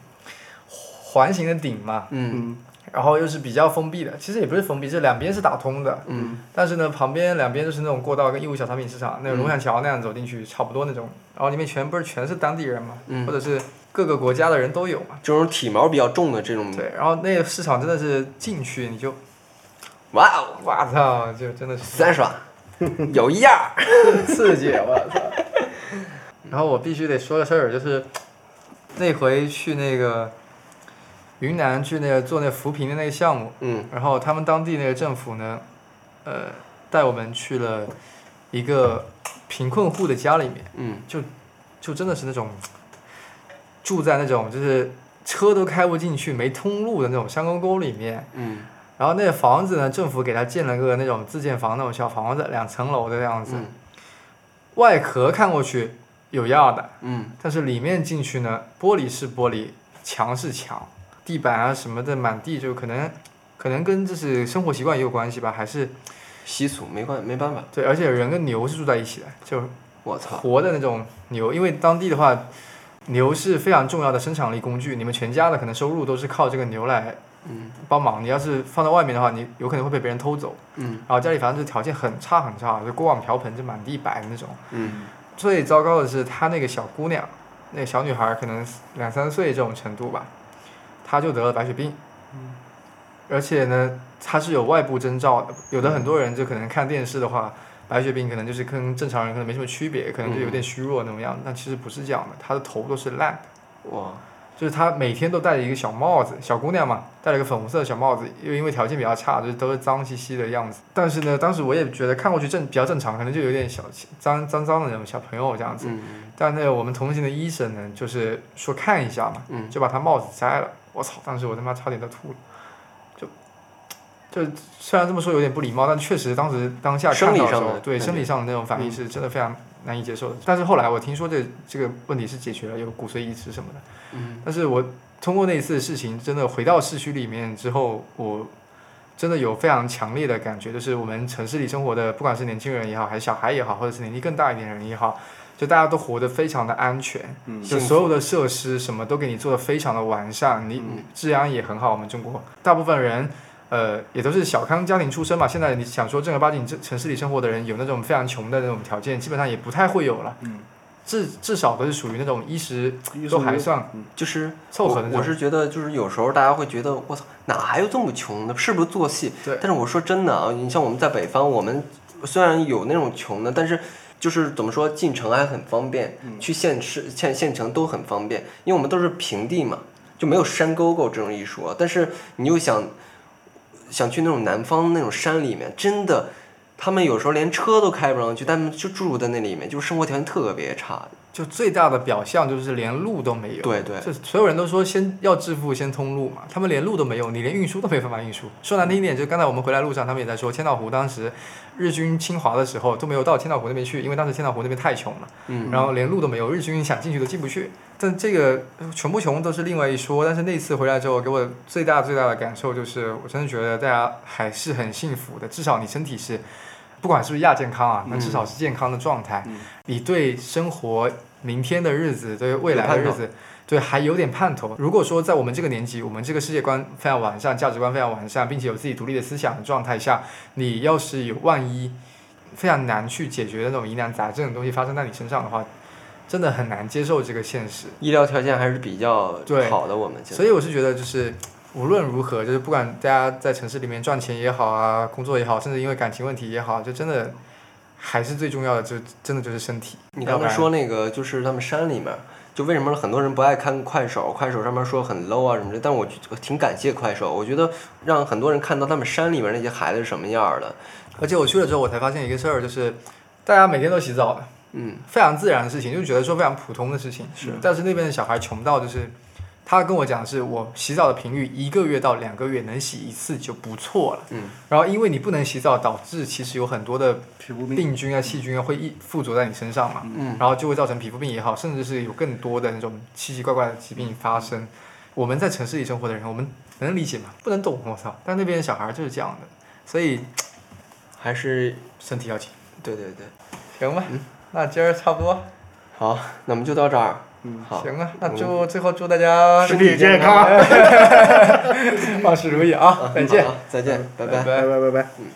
B: 环形的顶嘛，
A: 嗯
C: 嗯，
B: 然后又是比较封闭的，其实也不是封闭，就两边是打通的，
A: 嗯
B: 但是呢，旁边两边就是那种过道跟义乌小商品市场，那种龙翔桥那样走进去差不多那种，然后里面全不是全是当地人嘛，
A: 嗯
B: 或者是各个国家的人都有嘛，
A: 这种体毛比较重的这种，
B: 对，然后那个市场真的是进去你就，
A: 哇哦，
B: 哇操，就真的是
A: 三
B: [LAUGHS]
A: 爽，有一样儿。
B: 刺激，我操！ [LAUGHS] 然后我必须得说个事儿，就是那回去那个云南去那个做那扶贫的那个项目，
A: 嗯
B: 然后他们当地那个政府呢，呃，带我们去了一个贫困户的家里面，
A: 嗯
B: 就真的是那种住在那种就是车都开不进去、没通路的那种山沟沟里面，
A: 嗯
B: 然后那个房子呢，政府给他建了个那种自建房那种小房子，两层楼的样子。
A: 嗯
B: 外壳看过去有药的，
A: 嗯，
B: 但是里面进去呢，玻璃是玻璃，墙是墙，地板啊什么的满地就可能，可能跟就是生活习惯也有关系吧，还是
A: 习俗没关没办法，
B: 对，而且人跟牛是住在一起的，就
A: 我操，
B: 活的那种牛，因为当地的话，牛是非常重要的生产力工具，你们全家的可能收入都是靠这个牛来
A: 嗯
B: 帮忙，你要是放在外面的话，你有可能会被别人偷走，
A: 嗯
B: 然后家里反正就是条件很差很差，就锅碗瓢盆就满地摆的那种。
A: 嗯
B: 最糟糕的是，她那个小姑娘，那个小女孩可能两三岁这种程度吧，她就得了白血病。
A: 嗯
B: 而且呢，她是有外部征兆的。有的很多人就可能看电视的话，白血病可能就是跟正常人可能没什么区别，可能就有点虚弱那种样子。但其实不是这样的，她的头都是烂的，
A: 哇，
B: 就是她每天都戴着一个小帽子，小姑娘嘛，戴了一个粉红色的小帽子，又因为条件比较差，就是都是脏兮兮的样子。但是呢，当时我也觉得看过去正比较正常，可能就有点小脏脏脏的那种小朋友这样子。
A: 嗯
B: 但那个我们同行的医生呢，就是说看一下嘛，
A: 嗯
B: 就把他帽子摘了。我操！当时我他妈差点都吐了。就就虽然这么说有点不礼貌，但确实当时当下看到的时
A: 生理上
B: 候
A: 的，
B: 对
A: 感觉嗯
B: 生理上的那种反应是真的非常难以接受的。但是后来我听说这这个问题是解决了，有骨髓移植什么的。
A: 嗯
B: 但是我通过那一次的事情，真的回到市区里面之后，我真的有非常强烈的感觉，就是我们城市里生活的，不管是年轻人也好，还是小孩也好，或者是年纪更大一点的人也好，就大家都活得非常的安全，
C: 嗯
B: 就所有的设施什么都给你做的非常的完善，你
A: 嗯
B: 治安也很好。我们中国大部分人。呃，也都是小康家庭出身嘛。现在你想说正儿八经这城市里生活的人，有那种非常穷的那种条件，基本上也不太会有了。
C: 嗯，
B: 至至少都是属于那种衣食
C: 衣食
B: 都还
C: 无
B: 算
A: 就是
B: 凑合的那
A: 我
B: 种
A: 我是觉得，就是有时候大家会觉得，我操，哪还有这么穷的？是不是做戏？
B: 对
A: 但是我说真的啊，你像我们在北方，我们虽然有那种穷的，但是就是怎么说，进城还很方便，
B: 嗯
A: 去县市、县县城都很方便，因为我们都是平地嘛，就没有山沟沟这种一说。但是你又想想去那种南方那种山里面，真的。他们有时候连车都开不上去，他们就住在那里面，就是生活条件特别差。
B: 就最大的表象就是连路都没有。，
A: 对对，
B: 这所有人都说先要致富，先通路嘛，他们连路都没有，你连运输都没办法运输。说难听一点，就刚才我们回来路上，他们也在说，千岛湖当时日军侵华的时候都没有到千岛湖那边去，因为当时千岛湖那边太穷了，
A: 嗯，
B: 然后连路都没有，日军想进去都进不去。但这个呃穷不穷都是另外一说，但是那次回来之后，给我最大最大的感受就是，我真的觉得大家还是很幸福的，至少你身体是。不管是不是亚健康啊，那至
A: 嗯
B: 少是健康的状态。
C: 嗯
B: 你对生活、明天的日子、对未来的日子，对还有点盼头。如果说在我们这个年纪，我们这个世界观非常完善、价值观非常完善，并且有自己独立的思想的状态下，你要是有万一非常难去解决那种疑难杂症的东西发生在你身上的话，真的很难接受这个现实。
A: 医疗条件还是比较
B: 对
A: 好的，我们现在
B: 所以我是觉得，就是无论如何，就是不管大家在城市里面赚钱也好啊，工作也好，甚至因为感情问题也好，就真的还是最重要的，就真的就是身体。
A: 你刚才说那个就是他们山里面，就为什么很多人不爱看快手？快手上面说很 low 啊什么的，但我我挺感谢快手，我觉得让很多人看到他们山里面那些孩子是什么样儿的。
B: 而且我去了之后，我才发现一个事儿，就是大家每天都洗澡的，
A: 嗯
B: 非常自然的事情，就觉得说非常普通的事情。是，但是那边的小孩穷到就是。他跟我讲的是，我洗澡的频率一个月到两个月能洗一次就不错了。
A: 嗯，
B: 然后因为你不能洗澡，导致其实有很多的
C: 皮肤病，
B: 病菌啊、细菌啊会一附着在你身上嘛，
A: 嗯
B: 然后就会造成皮肤病也好，甚至是有更多的那种奇奇怪怪的疾病发生。我们在城市里生活的人，我们能理解吗？不能懂，我操！但那边的小孩就是这样的，所以
A: 还是
B: 身体要紧。
A: 对对对，
B: 行吧，那今儿差不多，
A: 好，那我们就到这儿。
C: 嗯
A: 好，
B: 行啊，那祝最后祝大家
C: 身体健
B: [LAUGHS]
C: 康，啊哎
B: 万事如意啊！
A: 啊，
B: 再见 [LAUGHS]
A: 好，啊再见，拜
B: 拜
C: 拜拜拜拜。
A: 嗯。